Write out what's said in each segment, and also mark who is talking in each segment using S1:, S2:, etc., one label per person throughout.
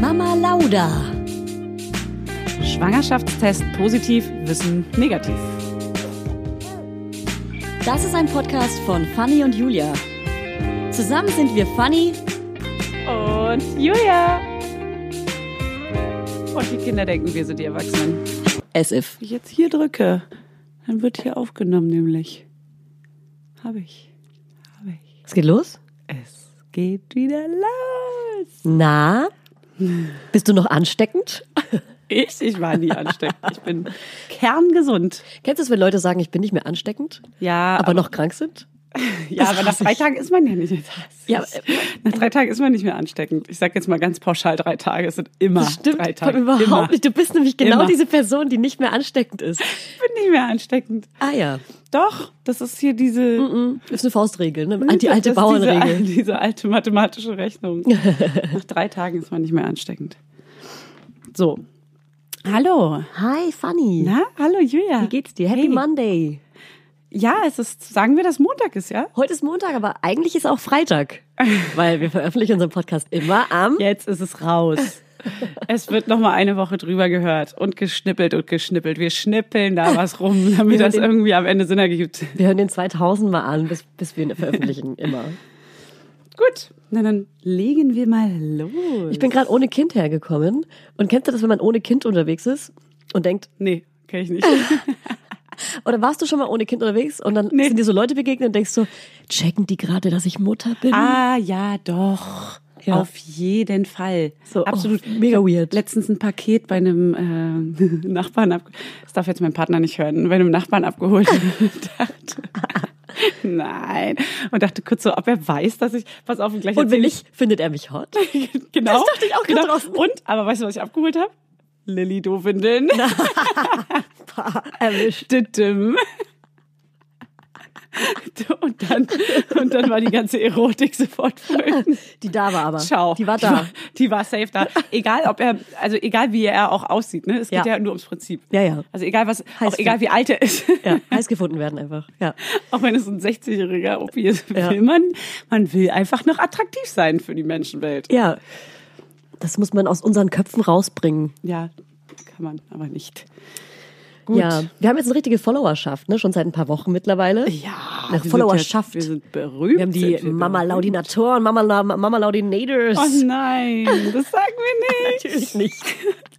S1: Mama Lauda.
S2: Schwangerschaftstest positiv, Wissen negativ.
S1: Das ist ein Podcast von Fanny und Julia. Zusammen sind wir Fanny
S2: Und Julia. Und die Kinder denken, wir sind die Erwachsenen.
S1: as if.
S2: Wenn ich jetzt hier drücke, dann wird hier aufgenommen, nämlich. Habe ich. Habe ich.
S1: Es geht los?
S2: Es geht wieder los.
S1: Na? Bist du noch ansteckend?
S2: Ich? Ich war nie ansteckend. Ich bin kerngesund.
S1: Kennst du es, wenn Leute sagen, ich bin nicht mehr ansteckend,
S2: Ja,
S1: aber noch krank sind?
S2: Ja,
S1: Das
S2: aber nach
S1: hasse
S2: drei
S1: ich.
S2: Tagen ist man ja nicht mehr
S1: Ja,
S2: nach drei Tagen ist man nicht mehr ansteckend. Ich sag jetzt mal ganz pauschal drei Tage. Es sind immer
S1: Das stimmt
S2: drei Tage.
S1: überhaupt
S2: immer.
S1: nicht. Du bist nämlich genau
S2: Immer.
S1: diese Person, die nicht mehr ansteckend ist.
S2: Ich bin nicht mehr ansteckend.
S1: Ah ja,
S2: Doch, das ist hier diese
S1: Mhm. ist eine Faustregel, ne? die alte
S2: das ist diese,
S1: Bauernregel.
S2: al- diese alte mathematische Rechnung. nach drei Tagen ist man nicht mehr ansteckend. So. Hallo.
S1: Hi, Fanny.
S2: Na, hallo Julia.
S1: Wie geht's dir? Happy
S2: hey.
S1: Monday.
S2: Ja, es ist, sagen wir, dass Montag ist, ja?
S1: Heute ist Montag, aber eigentlich ist auch Freitag, weil wir veröffentlichen unseren Podcast immer am
S2: Jetzt ist es raus. Es wird noch mal eine Woche drüber gehört und geschnippelt und geschnippelt. Wir schnippeln da was rum, damit das irgendwie am Ende Sinn ergibt.
S1: Wir hören den 2000 mal an, bis, bis wir ihn veröffentlichen, immer.
S2: Gut, na dann legen wir mal los.
S1: Ich bin gerade ohne Kind hergekommen. Und kennst du das, wenn man ohne Kind unterwegs ist und denkt,
S2: nee, kann ich nicht.
S1: oder warst du schon mal ohne Kind unterwegs und dann
S2: Nee.
S1: sind dir so Leute begegnet und denkst so, checken die gerade, dass ich Mutter bin?
S2: ah, ja, doch.
S1: Ja.
S2: Auf jeden Fall.
S1: so,
S2: Absolut.
S1: Oh, mega weird.
S2: Letztens ein Paket bei einem äh, Nachbarn abgeholt. Das darf jetzt mein Partner nicht hören. Bei einem Nachbarn abgeholt. Und dachte, Nein. Und dachte kurz so, ob er weiß, dass ich. Pass auf, und gleich
S1: und wenn
S2: erzähl
S1: nicht, findet er mich hot?
S2: genau.
S1: Das dachte ich auch gerade draußen.
S2: Und, aber weißt du, was ich abgeholt habe? Lilly Dovindeln.
S1: Erwischt.
S2: Dittim. Und dann, und dann war die ganze Erotik sofort voll.
S1: Die da war aber.
S2: Ciao.
S1: Die war da.
S2: Die war, die war safe da. Egal, ob er, also egal wie er auch aussieht, ne? Es geht
S1: Ja.
S2: ja, nur ums Prinzip.
S1: Ja, ja.
S2: Also egal was,
S1: Heißt
S2: auch egal wie alt er ist.
S1: Ja, heiß gefunden werden einfach. Ja.
S2: Auch wenn es ein 60-jähriger Opi ist,
S1: Ja.
S2: will man, man will einfach noch attraktiv sein für die Menschenwelt.
S1: Ja. Das muss man aus unseren Köpfen rausbringen.
S2: Ja, kann man aber nicht. Gut.
S1: Ja. Wir haben jetzt eine richtige Followerschaft, ne? Schon seit ein paar Wochen mittlerweile.
S2: Ja,
S1: Nach
S2: wir sind
S1: Followerschaft.
S2: ja- Wir sind berühmt.
S1: Wir haben die
S2: sind
S1: Mama
S2: berühmt.
S1: Laudinatoren, Mama, La Mama Laudinators.
S2: Oh nein, das sagen wir nicht.
S1: Natürlich nicht.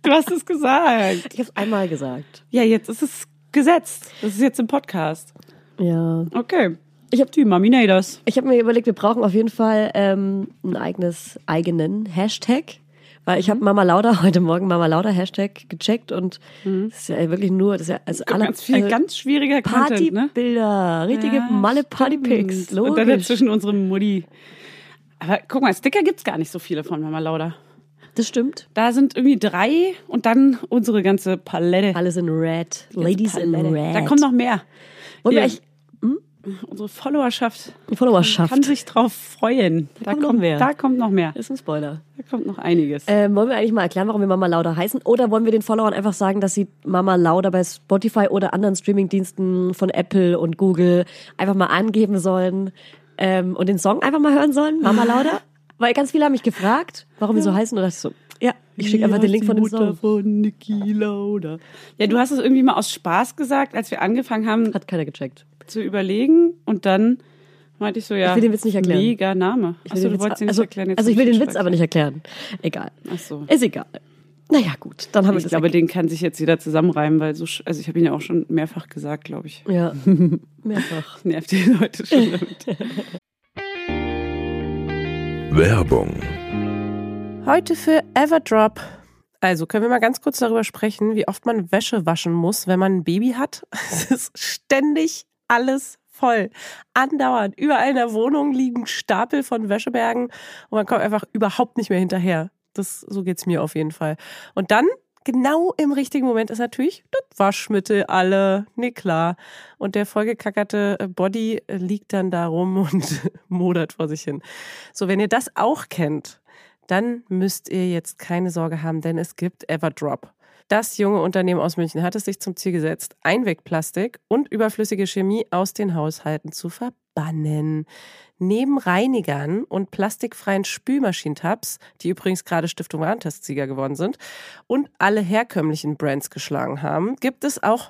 S2: Du hast es gesagt.
S1: Ich habe es einmal gesagt.
S2: Ja, jetzt ist es gesetzt. Das ist jetzt im Podcast.
S1: Ja.
S2: Okay.
S1: Ich hab-
S2: die Maminators.
S1: Ich habe mir überlegt, wir brauchen auf jeden Fall ähm, ein eigenes, eigenen Hashtag. Weil
S2: Mhm.
S1: ich habe Mama Lauda heute Morgen Mama Lauda Hashtag gecheckt und das ist ja wirklich nur, das ist ja also alle,
S2: Mhm. Ganz viel,
S1: also
S2: ganz schwieriger Content, ne?
S1: Partybilder, richtige
S2: Ja,
S1: Malle Partypics,
S2: Und dann halt
S1: logisch.
S2: dazwischen unsere Mutti. Aber guck mal, Sticker gibt's gar nicht so viele von Mama Lauda.
S1: Das stimmt.
S2: Da sind irgendwie drei und dann unsere ganze Palette.
S1: Alles in Red, Ladies in
S2: Palette.
S1: Red.
S2: Da kommen noch mehr.
S1: Wollen wir
S2: Hier.
S1: eigentlich
S2: Unsere Followerschaft
S1: eine Followerschaft?
S2: kann sich drauf freuen. Da,
S1: kommt noch mehr.
S2: Da kommt noch mehr.
S1: Das ist ein Spoiler.
S2: Da kommt noch einiges.
S1: Ähm, wollen wir eigentlich mal erklären, warum wir Mama Lauda heißen? Oder wollen wir den Followern einfach sagen, dass sie Mama Lauda bei Spotify oder anderen Streamingdiensten von Apple und Google einfach mal angeben sollen ähm, und den Song einfach mal hören sollen? Mama Lauda? Weil ganz viele haben mich gefragt, warum wir so heißen. Und dachte ich so, ja, ich schicke einfach
S2: Ja,
S1: den Link
S2: die
S1: von dem
S2: Mutter
S1: Song.
S2: von Niki Lauda. Ja, du hast es irgendwie mal aus Spaß gesagt, als wir angefangen haben
S1: Hat keiner gecheckt.
S2: zu überlegen und dann meinte ich so, ja,
S1: Ich will den Witz nicht erklären.
S2: mega Name.
S1: Ich will
S2: Achso,
S1: den
S2: du
S1: Witz-
S2: wolltest ihn nicht
S1: also,
S2: erklären.
S1: also ich will
S2: hab
S1: den
S2: schon
S1: Witz aber nicht erklären. Egal.
S2: Ach so.
S1: Ist egal. Naja, gut, dann haben wir
S2: Ich
S1: das
S2: glaube, den kann sich jetzt jeder zusammenreimen, weil so, sch- also ich habe ihn ja auch schon mehrfach gesagt, glaube ich.
S1: erklärt. Ja, mehrfach.
S2: Nervt die Leute schon damit.
S3: Werbung.
S4: Heute für Everdrop. Also können wir mal ganz kurz darüber sprechen, wie oft man Wäsche waschen muss, wenn man ein Baby hat. Es ist ständig alles voll. Andauernd. Überall in der Wohnung liegen Stapel von Wäschebergen und man kommt einfach überhaupt nicht mehr hinterher. Das, so geht's mir auf jeden Fall. Und dann, genau im richtigen Moment, ist natürlich das Waschmittel alle. Nee, klar. Und der vollgekackerte äh, Body äh, liegt dann da rum und modert vor sich hin. So, wenn ihr das auch kennt, dann müsst ihr jetzt keine Sorge haben, denn es gibt Everdrop. Das junge Unternehmen aus München hat es sich zum Ziel gesetzt, Einwegplastik und überflüssige Chemie aus den Haushalten zu verbannen. bannen. Neben Reinigern und plastikfreien Spülmaschinentabs, die übrigens gerade Stiftung Warentest-Sieger geworden sind, und alle herkömmlichen Brands geschlagen haben, gibt es auch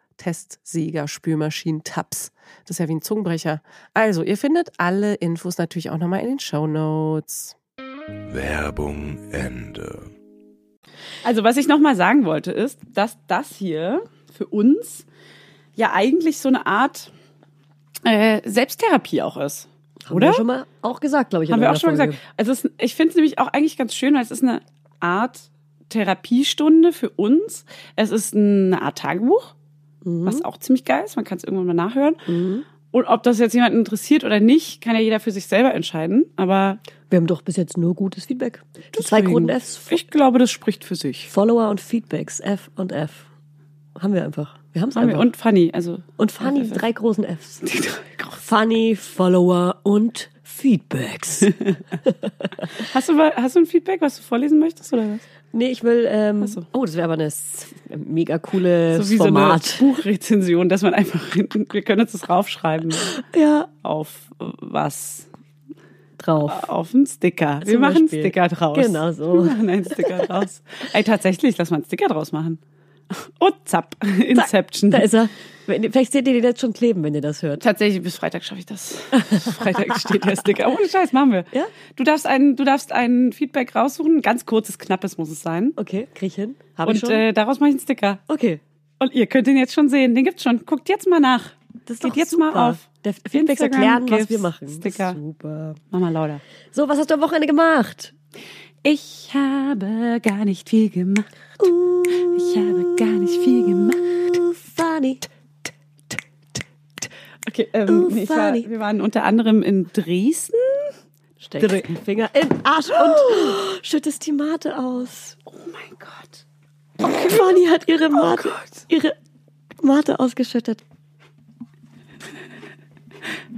S4: Testsieger, Spülmaschinen, Tabs. Das ist ja wie ein Zungenbrecher. Also, ihr findet alle Infos natürlich auch nochmal in den Show Notes.
S3: Werbung Ende.
S2: Also was ich nochmal sagen wollte ist, dass das hier für uns ja eigentlich so eine Art äh, Selbsttherapie auch ist.
S1: Haben
S2: oder?
S1: wir schon mal auch gesagt, glaube ich. in
S2: Haben wir auch
S1: einer
S2: schon mal
S1: Folge.
S2: gesagt. Also es, ist- ich finde es nämlich auch eigentlich ganz schön, weil es ist eine Art Therapiestunde für uns. Es ist eine Art Tagebuch, was auch ziemlich geil ist. Man kann es irgendwann mal nachhören. Und ob das jetzt jemanden interessiert oder nicht, kann ja jeder für sich selber entscheiden. Aber
S1: Wir haben doch bis jetzt nur gutes Feedback. Die Zwei
S2: deswegen,
S1: Kronen Fs, Fo-
S2: Ich glaube, das spricht für sich.
S1: Follower und Feedbacks, F und F. Haben wir einfach. Wir haben es
S2: Haben wir.
S1: einfach.
S2: Und Fanny, also
S1: und Funny, drei großen Fs. Funny, Follower und Feedbacks.
S2: Hast du, mal- hast du ein Feedback, was du vorlesen möchtest oder was?
S1: nee, ich will, ähm,
S2: so.
S1: oh, das wäre aber eine s- mega coole
S2: so wie
S1: Format.
S2: so eine Buchrezension, dass man einfach hinten, wir können uns das raufschreiben
S1: ja,
S2: auf äh, was?
S1: drauf.
S2: Auf einen Sticker. Wir
S1: Zum
S2: machen einen
S1: Beispiel.
S2: Sticker draus.
S1: Genau so.
S2: Wir machen einen Sticker draus. Ey, tatsächlich, lass mal einen Sticker draus machen. Und zapp, Inception.
S1: Da ist er. Wenn- Vielleicht seht ihr den jetzt schon kleben, wenn ihr das hört.
S2: Tatsächlich, bis Freitag schaffe ich das. Bis Freitag steht der Sticker. Ohne Scheiß, machen wir.
S1: Ja?
S2: Du darfst ein, du darfst ein Feedback raussuchen. Ein Ganz kurzes, knappes muss es sein.
S1: Okay, krieg ich hin. Hab ich
S2: Und
S1: schon.
S2: äh, daraus mache ich einen Sticker.
S1: okay.
S2: Und ihr könnt den jetzt schon sehen. Den gibt's schon. Guckt jetzt mal nach.
S1: Das ist
S2: Geht
S1: doch
S2: jetzt
S1: super.
S2: mal auf.
S1: Der Feedbacks
S2: Instagram
S1: erklären, was
S2: gibt's
S1: wir machen. Das ist
S2: Sticker.
S1: Super.
S2: Mama lauter.
S1: So, was hast du am Wochenende gemacht?
S2: Ich habe gar nicht viel gemacht. Ich habe gar nicht viel gemacht.
S1: Funny.
S2: Okay, ähm,
S1: Oh,
S2: nee, ich war,
S1: funny.
S2: wir waren unter anderem in Dresden.
S1: Steck den Finger im Arsch und schüttest die Mate aus.
S2: Oh mein Gott.
S1: Fanny hat ihre Mate, ihre Mate ausgeschüttet.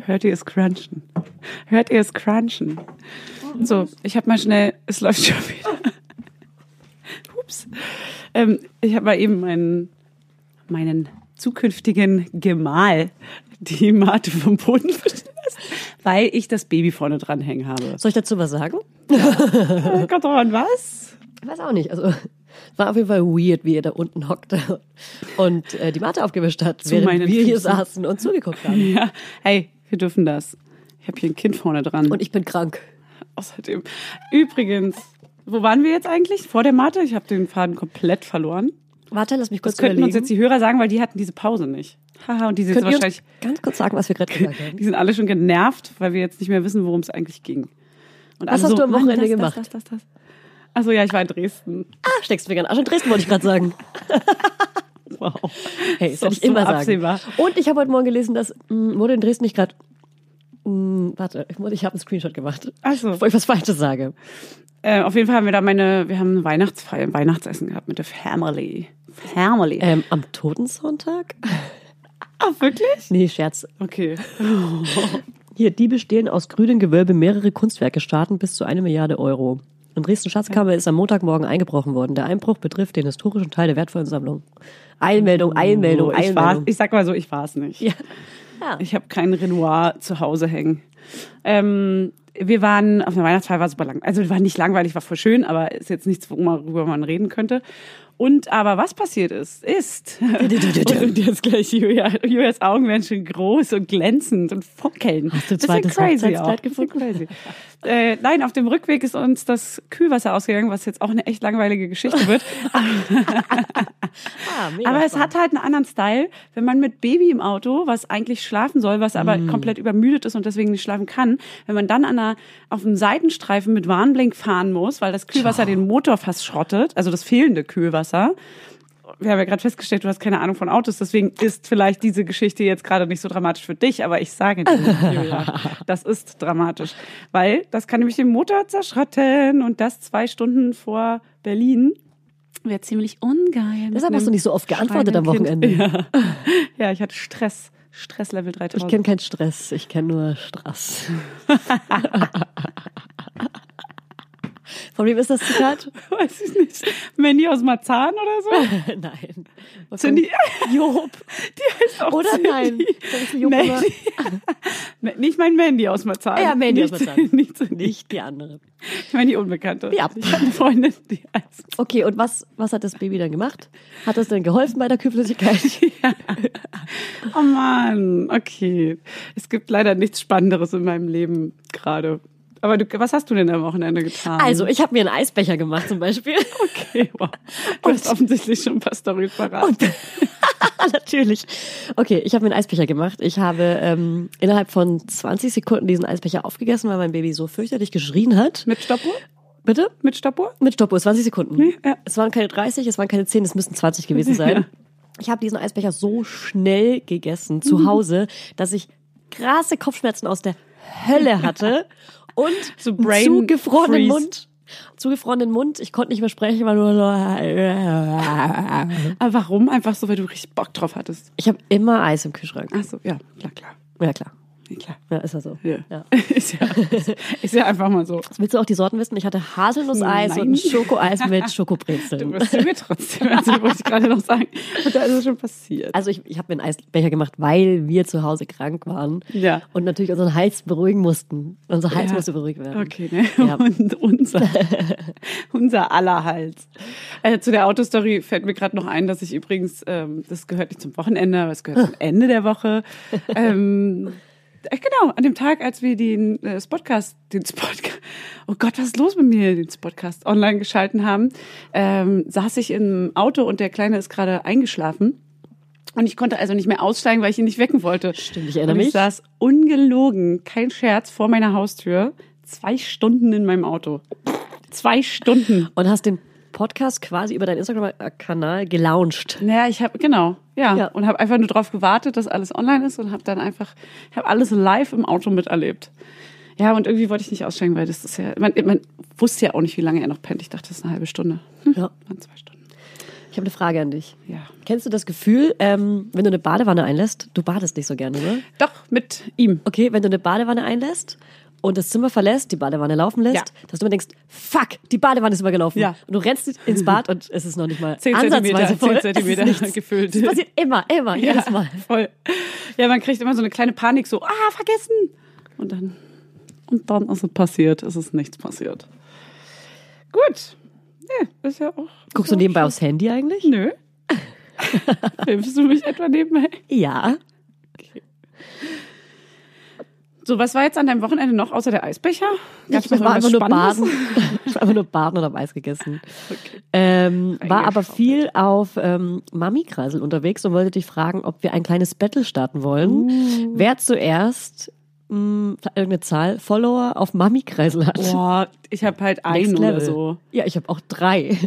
S2: Hört ihr es crunchen? Hört ihr es crunchen? So, ich habe mal schnell, es läuft schon wieder. Ups. Ähm, ich habe mal eben meinen, meinen zukünftigen Gemahl die Mate vom Boden verschlissen, weil ich das Baby vorne dranhängen habe.
S1: Soll ich dazu was sagen?
S2: Oh Gott, Ron, was?
S1: Ich weiß auch nicht. Also war auf jeden Fall weird, wie ihr da unten hockte und äh, die Mate aufgewischt hat, während
S2: meinen
S1: wir hier
S2: Füßen.
S1: saßen und zugeguckt haben.
S2: Ja, hey, wir dürfen das. Ich habe hier ein Kind vorne dran.
S1: Und ich bin krank.
S2: Außerdem. Übrigens, wo waren wir jetzt eigentlich? Vor der Mate? Ich habe den Faden komplett verloren.
S1: Warte, lass mich kurz
S2: Das könnten uns
S1: überlegen.
S2: jetzt die Hörer sagen, weil die hatten diese Pause nicht. Haha, und die sind
S1: Könnt ihr uns
S2: wahrscheinlich,
S1: ganz kurz sagen, was wir gerade gesagt haben?
S2: die sind alle schon genervt, weil wir jetzt nicht mehr wissen, worum es eigentlich ging. Und
S1: Was
S2: alle
S1: hast du am
S2: Mann,
S1: Wochenende
S2: das,
S1: gemacht?
S2: Das, das, das, das. Achso, ja, ich war in Dresden.
S1: Ah, steckst du mir gerne Arsch in Dresden, wollte ich gerade sagen.
S2: Wow.
S1: Hey, das
S2: Ist
S1: soll
S2: doch
S1: ich
S2: so
S1: immer sagen.
S2: absehbar.
S1: Und ich habe heute Morgen gelesen, dass mh, wurde in Dresden nicht gerade. mh, Warte, ich, muss- ich habe einen Screenshot gemacht.
S2: Ach so.
S1: Bevor ich was Falsches sage.
S2: Äh, auf jeden Fall haben wir da meine, wir haben ein Weihnachtsfeier, ein Weihnachtsessen gehabt mit der Family. Family.
S1: Ähm, am Totensonntag?
S2: ah, wirklich?
S1: Nee, Scherz.
S2: Okay.
S1: Hier, die bestehen aus grünem Gewölbe mehrere Kunstwerke starten bis zu eine Milliarde Euro. In Dresden Schatzkammer ist am Montagmorgen eingebrochen worden. Der Einbruch betrifft den historischen Teil der wertvollen Sammlung. Eilmeldung, Eilmeldung,
S2: Oh, ich, war's-
S1: Eilmeldung.
S2: ich sag mal so, ich war es nicht.
S1: Ja. Ja.
S2: Ich habe keinen Renoir zu Hause hängen. Ähm, wir waren auf einer Weihnachtsfeier, war super lang. Also war nicht langweilig, war voll schön, aber ist jetzt nichts, worüber man reden könnte. Und aber was passiert ist, ist. und, und jetzt gleich Julia, Julias Augen werden schon groß und glänzend und fockeln.
S1: Hast du ein
S2: Bisschen
S1: zweites
S2: crazy
S1: Hochzeitskleid
S2: auch. Bisschen crazy. äh, nein, auf dem Rückweg ist uns das Kühlwasser ausgegangen, was jetzt auch eine echt langweilige Geschichte wird.
S1: Ah, mega
S2: Aber es
S1: spannend.
S2: hat halt einen anderen Style, wenn man mit Baby im Auto, was eigentlich schlafen soll, was aber
S1: Mm.
S2: komplett übermüdet ist und deswegen nicht schlafen kann, wenn man dann an einer, auf einem Seitenstreifen mit Warnblink fahren muss, weil das Kühlwasser den Motor fast schrottet, also das fehlende Kühlwasser. Wir haben ja gerade festgestellt, du hast keine Ahnung von Autos, deswegen ist vielleicht diese Geschichte jetzt gerade nicht so dramatisch für dich, aber ich sage dir, Julia, das ist dramatisch, weil das kann nämlich den Motor zerschrotten und das zwei Stunden vor Berlin. Wäre ziemlich ungeil. mit
S1: Deshalb hast du
S2: einem
S1: nicht so oft geantwortet am
S2: schreienden
S1: Wochenende.
S2: Kind. Ja. ja, ich hatte Stress. Stresslevel
S1: Ich
S2: 3000.
S1: kenne keinen Stress, ich kenne nur Strass. Von wem ist das Zitat?
S2: Weiß ich nicht. Mandy aus Marzahn oder so?
S1: nein.
S2: Cindy. Job. Die heißt auch
S1: Oder
S2: Cindy.
S1: nein. Soll ich sie Job
S2: Mandy.
S1: oder-
S2: Ma- nicht mein Mandy aus Marzahn.
S1: Ah Ja, Mandy aus
S2: nicht,
S1: Marzahn.
S2: Nicht, nicht
S1: Nicht die andere.
S2: Mandy Unbekannte.
S1: Ja.
S2: Ich habe eine Freundin, die heißt.
S1: Okay, und was, was hat das Baby dann gemacht? Hat das denn geholfen bei der Kühlflüssigkeit?
S2: Oh Mann, okay. Es gibt leider nichts Spannenderes in meinem Leben gerade. Aber du, was hast du denn am Wochenende getan?
S1: Also, ich habe mir einen Eisbecher gemacht zum Beispiel.
S2: okay, wow. Du hast offensichtlich schon ein paar Storys verraten.
S1: Und Natürlich. Okay, ich habe mir einen Eisbecher gemacht. Ich habe ähm, innerhalb von 20 Sekunden diesen Eisbecher aufgegessen, weil mein Baby so fürchterlich geschrien hat.
S2: Mit Stoppuhr?
S1: Bitte?
S2: Mit Stoppuhr?
S1: Mit Stoppuhr, 20 Sekunden.
S2: Ja.
S1: Es waren keine 30, es waren keine 10, es müssten 20 gewesen sein.
S2: Ja.
S1: Ich habe diesen Eisbecher so schnell gegessen
S2: Mhm.
S1: zu Hause, dass ich krasse Kopfschmerzen aus der Hölle hatte und
S2: So
S1: einen
S2: Brain
S1: zugefrorenen
S2: Freeze.
S1: Mund. Zugefrorenen Mund, ich konnte nicht mehr sprechen, war nur so.
S2: Aber warum? Einfach so, weil du richtig Bock drauf hattest.
S1: Ich habe immer Eis im Kühlschrank.
S2: Ach so, ja, klar, klar.
S1: Ja, klar.
S2: Ja, klar.
S1: Ja, ist ja so.
S2: Ja.
S1: Ja.
S2: Ist, ja, ist ja einfach mal so.
S1: Willst du auch die Sorten wissen? Ich hatte Haselnusseis
S2: Nein.
S1: und Schokoeis mit
S2: Du
S1: Schokobrezeln.
S2: bist mir trotzdem, also wollte ich gerade noch sagen. Und da ist es schon passiert.
S1: Also ich, ich habe mir einen Eisbecher gemacht, weil wir zu Hause krank waren
S2: Ja.
S1: und natürlich unseren Hals beruhigen mussten. Unser Hals
S2: Ja.
S1: musste beruhigt werden.
S2: Okay, ne?
S1: Ja.
S2: Und unser, unser aller Hals. Äh, zu der Autostory fällt mir gerade noch ein, dass ich übrigens, ähm, das gehört nicht zum Wochenende, aber es gehört zum Ende der Woche. Ähm, äh, genau, an dem Tag, als wir den äh, Spotcast, den Spotcast, oh Gott, was ist los mit mir, den Spotcast online geschalten haben, ähm, saß ich im Auto und der Kleine ist gerade eingeschlafen. Und ich konnte also nicht mehr aussteigen, weil ich ihn nicht wecken wollte.
S1: Stimmt, ich erinnere
S2: und ich
S1: mich.
S2: saß ungelogen, kein Scherz, vor meiner Haustür, zwei Stunden in meinem Auto. Zwei Stunden.
S1: Und hast den Podcast quasi über deinen Instagram-Kanal gelauncht.
S2: Naja, ich habe genau, ja,
S1: Ja.
S2: und habe einfach nur drauf gewartet, dass alles online ist und habe dann einfach, habe alles live im Auto miterlebt. Ja, und irgendwie wollte ich nicht aussteigen, weil das ist ja, man, man wusste ja auch nicht, wie lange er noch pennt. Ich dachte, das ist eine halbe Stunde. Hm,
S1: Ja.
S2: waren zwei Stunden.
S1: Ich habe eine Frage an dich.
S2: Ja.
S1: Kennst du das Gefühl, ähm, wenn du eine Badewanne einlässt, du badest nicht so gerne, oder?
S2: Doch mit ihm.
S1: Okay, wenn du eine Badewanne einlässt und das Zimmer verlässt, die Badewanne laufen lässt,
S2: Ja.
S1: dass du immer denkst, fuck, die Badewanne ist übergelaufen.
S2: Ja.
S1: Und du rennst ins Bad und es ist noch nicht mal
S2: Zehn
S1: ansatzweise
S2: Zentimeter,
S1: voll.
S2: zehn
S1: Es ist
S2: Zentimeter
S1: nichts.
S2: gefüllt.
S1: Das passiert immer, immer, jedes Mal.
S2: Voll. Ja, man kriegt immer so eine kleine Panik, so, ah, vergessen. Und dann, und dann ist es passiert, es ist nichts passiert. Gut. Nee, ist ja auch.
S1: Guckst du nebenbei aufs Handy eigentlich?
S2: Nö. Hilfst du mich etwa nebenbei?
S1: Ja.
S2: So, was war jetzt an deinem Wochenende noch außer der Eisbecher? Gab's
S1: ich
S2: noch
S1: war einfach
S2: irgendwas
S1: nur
S2: Spannendes?
S1: baden. Ich war einfach nur baden und habe Eis gegessen. Ähm, war aber
S2: Eingeschaufelt.
S1: viel auf ähm, Mami-Kreisel unterwegs und wollte dich fragen, ob wir ein kleines Battle starten wollen.
S2: Uh.
S1: Wer zuerst mh, irgendeine Zahl Follower auf Mami-Kreisel hat.
S2: Boah, ich habe halt einen
S1: Next
S2: oder
S1: Level.
S2: so.
S1: Ja, ich habe auch drei.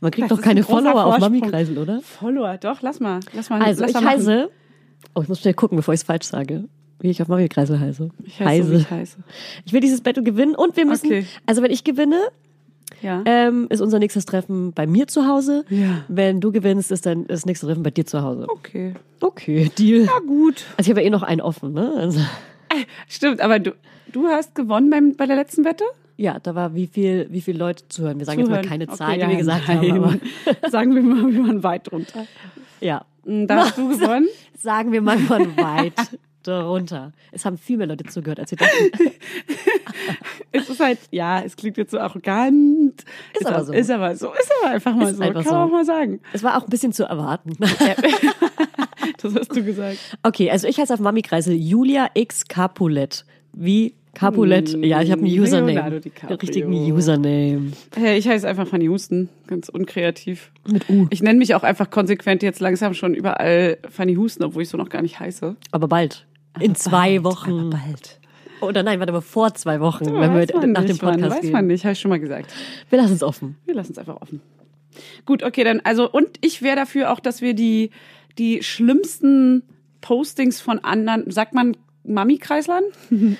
S1: Man kriegt
S2: Das
S1: doch
S2: ist
S1: keine
S2: ein großer
S1: Follower auf
S2: Vorsprung.
S1: Mami-Kreisel, oder?
S2: Follower, doch, lass mal. Lass mal
S1: Also,
S2: lass
S1: ich
S2: mal machen.
S1: heiße. Oh, ich muss schnell gucken, bevor ich es falsch sage. Wie ich auf Mami-Kreisel heiße.
S2: Ich heiße, wie ich heiße.
S1: Ich will dieses Battle gewinnen und wir müssen.
S2: Okay.
S1: Also, wenn ich gewinne,
S2: Ja.
S1: ähm, ist unser nächstes Treffen bei mir zu Hause.
S2: Ja. Oh,
S1: Wenn du gewinnst, ist dann das nächste Treffen bei dir zu Hause.
S2: okay.
S1: Okay, Deal.
S2: Na gut.
S1: Also ich habe ja eh noch einen offen, ne? Also,
S2: Stimmt, aber du, du hast gewonnen beim, bei der letzten Wette?
S1: Ja, da war wie viel, wie viele Leute zuhören. Wir sagen jetzt mal
S2: Zuhören.
S1: keine
S2: Okay,
S1: Zahl, die
S2: ja,
S1: wir gesagt
S2: nein.
S1: haben, aber
S2: Sagen wir mal, wir waren weit drunter.
S1: ja.
S2: Da hast du gewonnen.
S1: Sagen wir mal von weit darunter. Es haben viel mehr Leute zugehört, als wir dachten.
S2: Es ist halt, ja, es klingt jetzt so arrogant. Ist,
S1: aber
S2: au-
S1: so.
S2: Ist aber so. Ist aber einfach mal
S1: Ist
S2: so.
S1: einfach
S2: Kann
S1: so.
S2: man auch mal sagen.
S1: Es war auch ein bisschen zu erwarten.
S2: Das hast du gesagt.
S1: Okay, also ich heiße auf Mami-Kreisel Julia X Capulet. Wie Capulet? ja, ich habe einen Username.
S2: Hm, Leonardo DiCaprio.
S1: Einen richtigen Username.
S2: Hey, ich heiße einfach Fanny Houston. Ganz unkreativ.
S1: Mit U.
S2: Ich nenne mich auch einfach konsequent jetzt langsam schon überall Fanny Houston, obwohl ich so noch gar nicht heiße.
S1: Aber bald. In zwei Wochen.
S2: bald.
S1: Oder nein, warte mal, vor zwei Wochen, wenn wir nach dem
S2: wann,
S1: Podcast
S2: Weiß man
S1: gehen.
S2: nicht, habe ich schon mal gesagt.
S1: Wir lassen es offen.
S2: Wir lassen es einfach offen. Gut, okay, dann also und ich wäre dafür auch, dass wir die die schlimmsten Postings von anderen, sagt man Mami Kreislern?
S1: Ähm,
S2: Von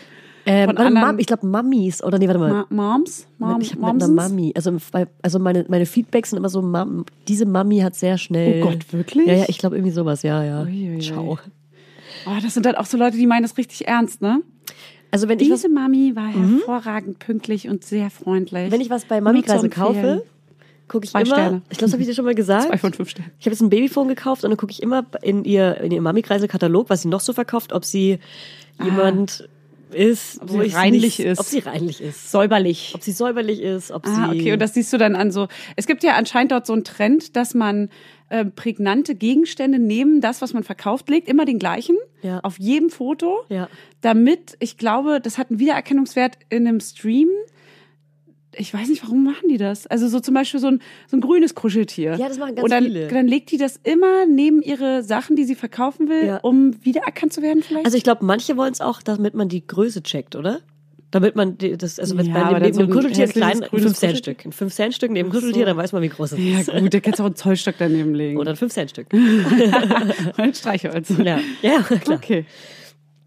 S1: warte,
S2: anderen-
S1: Mam, ich glaube Mummies oder nee, warte mal.
S2: Ma Moms? Mom
S1: ich habe mit einer
S2: Momsens?
S1: Mami, also, bei- also meine, meine Feedbacks sind immer so, Mam, diese Mami hat sehr schnell.
S2: Oh Gott, wirklich?
S1: Ja, ja, ich glaube irgendwie sowas, ja, ja.
S2: Uiuiui.
S1: Ciao.
S2: Oh, das sind dann auch so Leute, die meinen das richtig ernst, ne?
S1: Also wenn ich was
S2: Diese Mami war hervorragend pünktlich und sehr freundlich.
S1: Wenn ich was bei
S2: Nur zu
S1: Mami-Kreise
S2: empfehlen.
S1: kaufe, gucke ich
S2: Zwei
S1: immer.
S2: Sterne.
S1: Ich glaube, das habe ich dir schon mal gesagt.
S2: Zwei von fünf Sternen.
S1: Ich habe jetzt ein Babyphone gekauft und dann gucke ich immer in ihr in ihrem Mami-Kreise-Katalog, was sie noch so verkauft, ob sie jemand ist,
S2: Ah. Ob
S1: wo
S2: sie
S1: ich's
S2: reinlich
S1: nicht,
S2: ist.
S1: ob sie reinlich ist,
S2: säuberlich.
S1: ob sie säuberlich ist, ob
S2: Ah,
S1: sie
S2: okay, und das siehst du dann an so. Es gibt ja anscheinend dort so einen Trend, dass man äh, prägnante Gegenstände nehmen, das, was man verkauft, legt immer den gleichen
S1: Ja.
S2: auf jedem Foto,
S1: Ja.
S2: damit, ich glaube, das hat einen Wiedererkennungswert in einem Stream. Ich weiß nicht, warum machen die das? Also so zum Beispiel so ein, so ein grünes Kuscheltier.
S1: Ja, das machen ganz
S2: Und dann,
S1: viele.
S2: dann legt die das immer neben ihre Sachen, die sie verkaufen will,
S1: Ja.
S2: um wiedererkannt zu werden vielleicht?
S1: Also ich glaube, manche wollen es auch, damit man die Größe checkt, oder? Damit man die, das, also wenn
S2: Ja,
S1: bei
S2: aber dann
S1: neben
S2: so
S1: dem
S2: ein
S1: Kuscheltier ein
S2: hässliches
S1: klein, ein
S2: grünes
S1: 5 Cent Stück, ein 5 Cent Stück neben dem Kuscheltier, dann weiß man, wie groß es
S2: ja
S1: ist.
S2: gut, der kannst auch einen Zollstock daneben legen.
S1: Oder ein 5 Cent Stück.
S2: ein Streichholz.
S1: Ja, ja klar.
S2: Okay.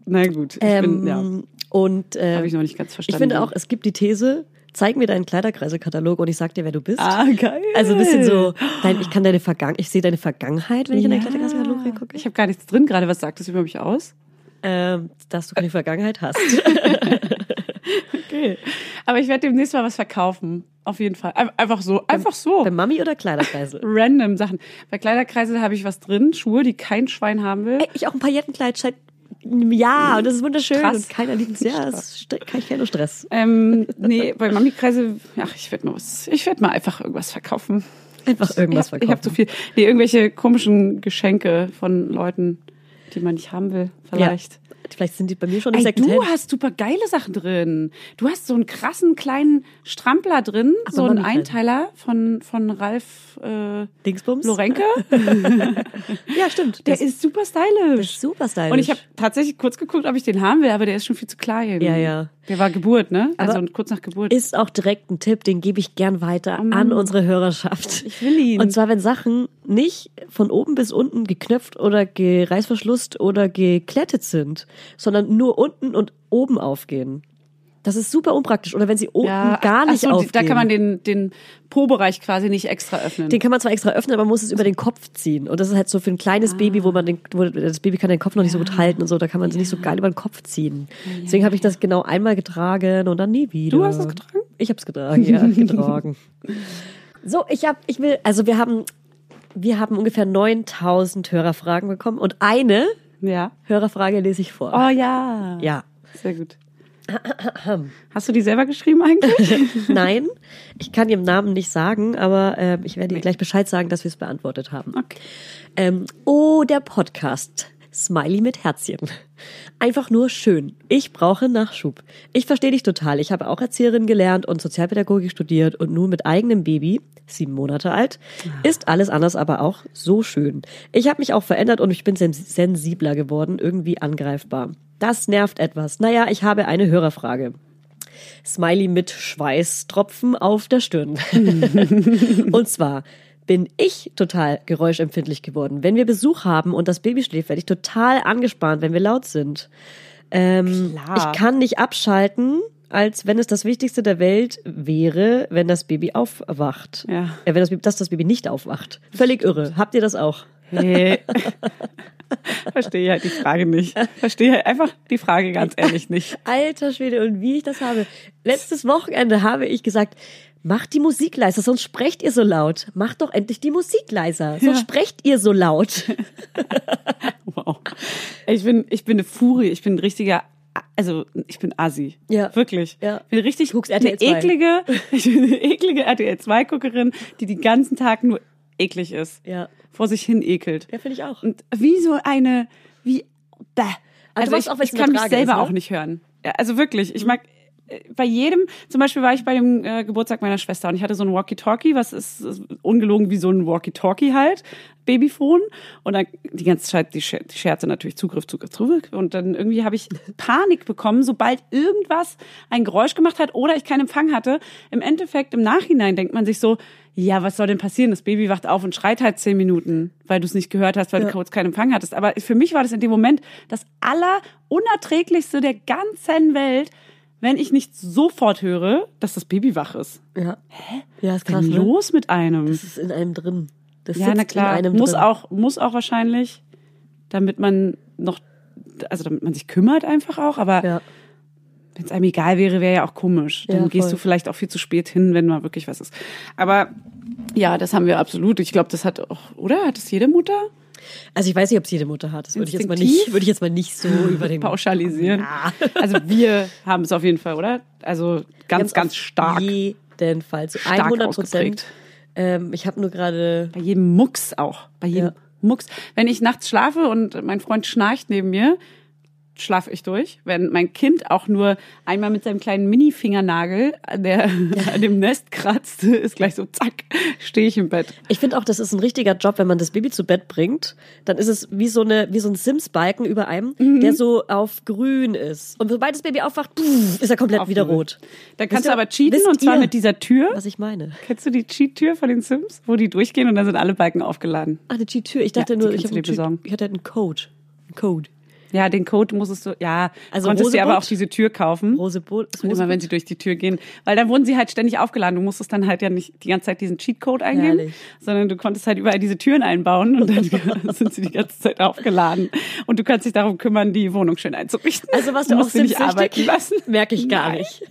S2: Na gut. Ich
S1: Ähm,
S2: bin, ja.
S1: Und äh,
S2: Habe ich noch nicht ganz
S1: Ich
S2: verstanden.
S1: finde auch, es gibt die These, zeig mir deinen Kleiderkreisekatalog und ich sag dir, wer du bist.
S2: Ah, geil.
S1: Also ein bisschen so, dein, ich kann deine Vergangenheit, ich sehe deine Vergangenheit, wenn ich in deinen Kleiderkreisekatalog reingucke.
S2: Ich habe gar nichts drin gerade. Was sagt das über mich aus?
S1: Ähm, dass du keine Vergangenheit hast.
S2: Okay. Aber ich werde demnächst mal was verkaufen. Auf jeden Fall. Ein- Einfach so. Einfach so.
S1: Bei Mami oder Kleiderkreisel?
S2: Random Sachen. Bei Kleiderkreisel habe ich was drin. Schuhe, die kein Schwein haben will.
S1: Ey, ich auch ein Paillettenkleid seit einem Jahr und das ist wunderschön
S2: Krass.
S1: und keiner liebt es. Ja, es st- kann ich keinen Stress.
S2: Ähm, nee, bei Mami-Kreisel, ach, ich werde mal was, ich werde mal einfach irgendwas verkaufen.
S1: Einfach irgendwas
S2: ich hab, Ich habe zu
S1: verkaufen.
S2: viel. Nee, irgendwelche komischen Geschenke von Leuten, die man nicht haben will, vielleicht.
S1: Ja. Vielleicht sind die bei mir schon im
S2: Ey, du
S1: Secondhand.
S2: hast super geile Sachen drin. Du hast so einen krassen kleinen Strampler drin, so einen
S1: Mami-Kreise.
S2: Einteiler von, von Ralf äh,
S1: Dingsbums.
S2: Lorenke.
S1: Ja, stimmt.
S2: Der ist super stylisch.
S1: super stylisch.
S2: Und ich habe tatsächlich kurz geguckt, ob ich den haben will, aber der ist schon viel zu klein.
S1: Ja, ja.
S2: Der war Geburt, ne?
S1: Aber
S2: also kurz nach Geburt.
S1: ist auch direkt ein Tipp, den gebe ich gern weiter an unsere Hörerschaft.
S2: Ich will ihn.
S1: Und zwar, wenn Sachen nicht von oben bis unten geknöpft oder gereißverschlusst oder geklettet sind, sondern nur unten und oben aufgehen. Das ist super unpraktisch. Oder wenn sie oben
S2: ja,
S1: gar
S2: ach
S1: nicht
S2: so,
S1: aufgehen.
S2: Da kann man den, den Po-Bereich quasi nicht extra öffnen.
S1: den kann man zwar extra öffnen, aber man muss es über den Kopf ziehen. Und das ist halt so für ein
S2: Ah.
S1: kleines Baby, wo man den, wo das Baby kann den Kopf noch nicht so gut halten und so, da kann man sie nicht so geil über den Kopf ziehen. Deswegen habe ich das genau einmal getragen und dann nie wieder.
S2: Du hast es getragen?
S1: Ich habe es getragen, ja, getragen. So, ich habe, ich will, also wir haben, wir haben ungefähr 9000 Hörerfragen bekommen und eine
S2: ja.
S1: Hörerfrage lese ich vor.
S2: Oh ja.
S1: Ah, Ja.
S2: Sehr gut. Hast du die selber geschrieben eigentlich?
S1: Nein, ich kann ihrem Namen nicht sagen, aber ähm, ich werde ihr gleich Bescheid sagen, dass wir es beantwortet haben.
S2: Okay.
S1: Ähm, oh, der Podcast. Smiley mit Herzchen. Einfach nur schön. Ich brauche Nachschub. Ich verstehe dich total. Ich habe auch Erzieherin gelernt und Sozialpädagogik studiert und nun mit eigenem Baby, sieben Monate alt, ist alles anders, aber auch so schön. Ich habe mich auch verändert und ich bin sen- sensibler geworden, irgendwie angreifbar. Das nervt etwas. Naja, ich habe eine Hörerfrage. Smiley mit Schweißtropfen auf der Stirn. Und zwar bin ich total geräuschempfindlich geworden. Wenn wir Besuch haben und das Baby schläft, werde ich total angespannt, wenn wir laut sind. Ähm,
S2: Klar.
S1: ich kann nicht abschalten, als wenn es das Wichtigste der Welt wäre, wenn das Baby aufwacht.
S2: Ja.
S1: Äh, wenn das Baby, dass das Baby nicht aufwacht. Völlig irre. Habt ihr das auch?
S2: Hey. Verstehe halt die Frage nicht. Verstehe halt einfach die Frage ganz ehrlich nicht.
S1: Alter Schwede, und wie ich das habe. Letztes Wochenende habe ich gesagt, macht die Musik leiser, sonst sprecht ihr so laut. Macht doch endlich die Musik leiser, sonst
S2: Ja.
S1: sprecht ihr so laut.
S2: Wow. Ich bin, ich bin eine Furie. Ich bin ein richtiger, also ich bin Asi.
S1: Ja.
S2: Wirklich.
S1: Ja.
S2: Ich bin richtig
S1: Guckst
S2: eine
S1: RTL 2.
S2: eklige, ich bin eine eklige RTL-2-Guckerin, die den ganzen Tag nur eklig ist.
S1: Ja.
S2: Vor sich hin ekelt.
S1: Ja, finde ich auch.
S2: Und wie so eine, wie, bäh.
S1: Aber du
S2: Also
S1: machst
S2: ich,
S1: auch, wenn's
S2: ich
S1: in
S2: kann
S1: der
S2: mich
S1: Trage
S2: selber
S1: ist, ne?
S2: auch nicht hören. Ja, also wirklich, ich mag äh, bei jedem, zum Beispiel war ich bei dem äh, Geburtstag meiner Schwester und ich hatte so ein Walkie-Talkie, was ist, ist ungelogen wie so ein Walkie-Talkie halt, Babyphone und dann die ganze Zeit die, Scher- die Scherze natürlich Zugriff, Zugriff, Zugriff und dann irgendwie habe ich Panik bekommen, sobald irgendwas ein Geräusch gemacht hat oder ich keinen Empfang hatte. Im Endeffekt im Nachhinein denkt man sich so, ja, was soll denn passieren? Das Baby wacht auf und schreit halt zehn Minuten, weil du es nicht gehört hast, weil du kurz keinen Empfang hattest. Aber für mich war das in dem Moment das allerunerträglichste der ganzen Welt, wenn ich nicht sofort höre, dass das Baby wach ist.
S1: Ja. Hä? Ja, ist
S2: Was
S1: krass.
S2: ist
S1: Ne?
S2: los mit einem?
S1: Das ist in einem drin. Das
S2: Ja,
S1: sitzt
S2: na klar.
S1: in einem
S2: muss
S1: drin.
S2: auch, muss auch wahrscheinlich, damit man noch, also damit man sich kümmert einfach auch. Aber
S1: Ja.
S2: wenn es einem egal wäre, wäre ja auch komisch. Dann
S1: Ja,
S2: gehst
S1: voll.
S2: du vielleicht auch viel zu spät hin, wenn mal wirklich was ist. Aber ja, das haben wir absolut. Ich glaube, das hat auch, oder? Hat das jede Mutter?
S1: Also ich weiß nicht, ob es jede Mutter hat. Das würde ich jetzt mal
S2: Instinktiv?
S1: nicht, würde ich jetzt mal nicht so über den
S2: Pauschalisieren.
S1: Ja.
S2: Also wir haben es auf jeden Fall, oder? Also ganz,
S1: auf
S2: ganz stark.
S1: Jeden Fall. Zu
S2: Stark
S1: 100
S2: ausgeprägt.
S1: Prozent. Ähm, ich habe nur gerade.
S2: Bei jedem Mucks auch. Bei jedem
S1: Ja.
S2: Mucks. Wenn ich nachts schlafe und mein Freund schnarcht neben mir, schlafe ich durch. Wenn mein Kind auch nur einmal mit seinem kleinen Mini-Fingernagel an, der, an dem Nest kratzt, ist gleich so zack, stehe ich im Bett.
S1: Ich finde auch, das ist ein richtiger Job, wenn man das Baby zu Bett bringt. Dann ist es wie so, eine, wie so ein Sims-Balken über einem,
S2: Mhm.
S1: der so auf grün ist. Und sobald das Baby aufwacht, pff, ist er komplett
S2: Auf
S1: wieder
S2: Null.
S1: rot.
S2: Da kannst
S1: ihr-
S2: du aber cheaten
S1: wisst
S2: und zwar
S1: ihr,
S2: mit dieser Tür.
S1: Was ich meine.
S2: Kennst du die Cheat-Tür von den Sims, wo die durchgehen und dann sind alle Balken aufgeladen?
S1: Ach, eine Cheat-Tür. Ich dachte
S2: Ja, die
S1: nur,
S2: kannst
S1: ich,
S2: du
S1: hab
S2: dir
S1: einen
S2: besorgen.
S1: Cheat, ich hatte einen Code. Einen Code.
S2: Ja, den Code musstest du, ja,
S1: Also
S2: konntest dir aber
S1: Rosebud?
S2: auch diese Tür kaufen.
S1: Rose Boot.
S2: Und immer wenn sie durch die Tür gehen, weil dann wurden sie halt ständig aufgeladen. Du musstest dann halt ja nicht die ganze Zeit diesen Cheatcode eingeben,
S1: Herrlich.
S2: sondern du konntest halt überall diese Türen einbauen und dann sind sie die ganze Zeit aufgeladen. Und du kannst dich darum kümmern, die Wohnung schön einzurichten.
S1: Also was du auch
S2: musst sie nicht
S1: Sims-süchtig?
S2: arbeiten lassen.
S1: Merke ich gar
S2: Nein.
S1: nicht.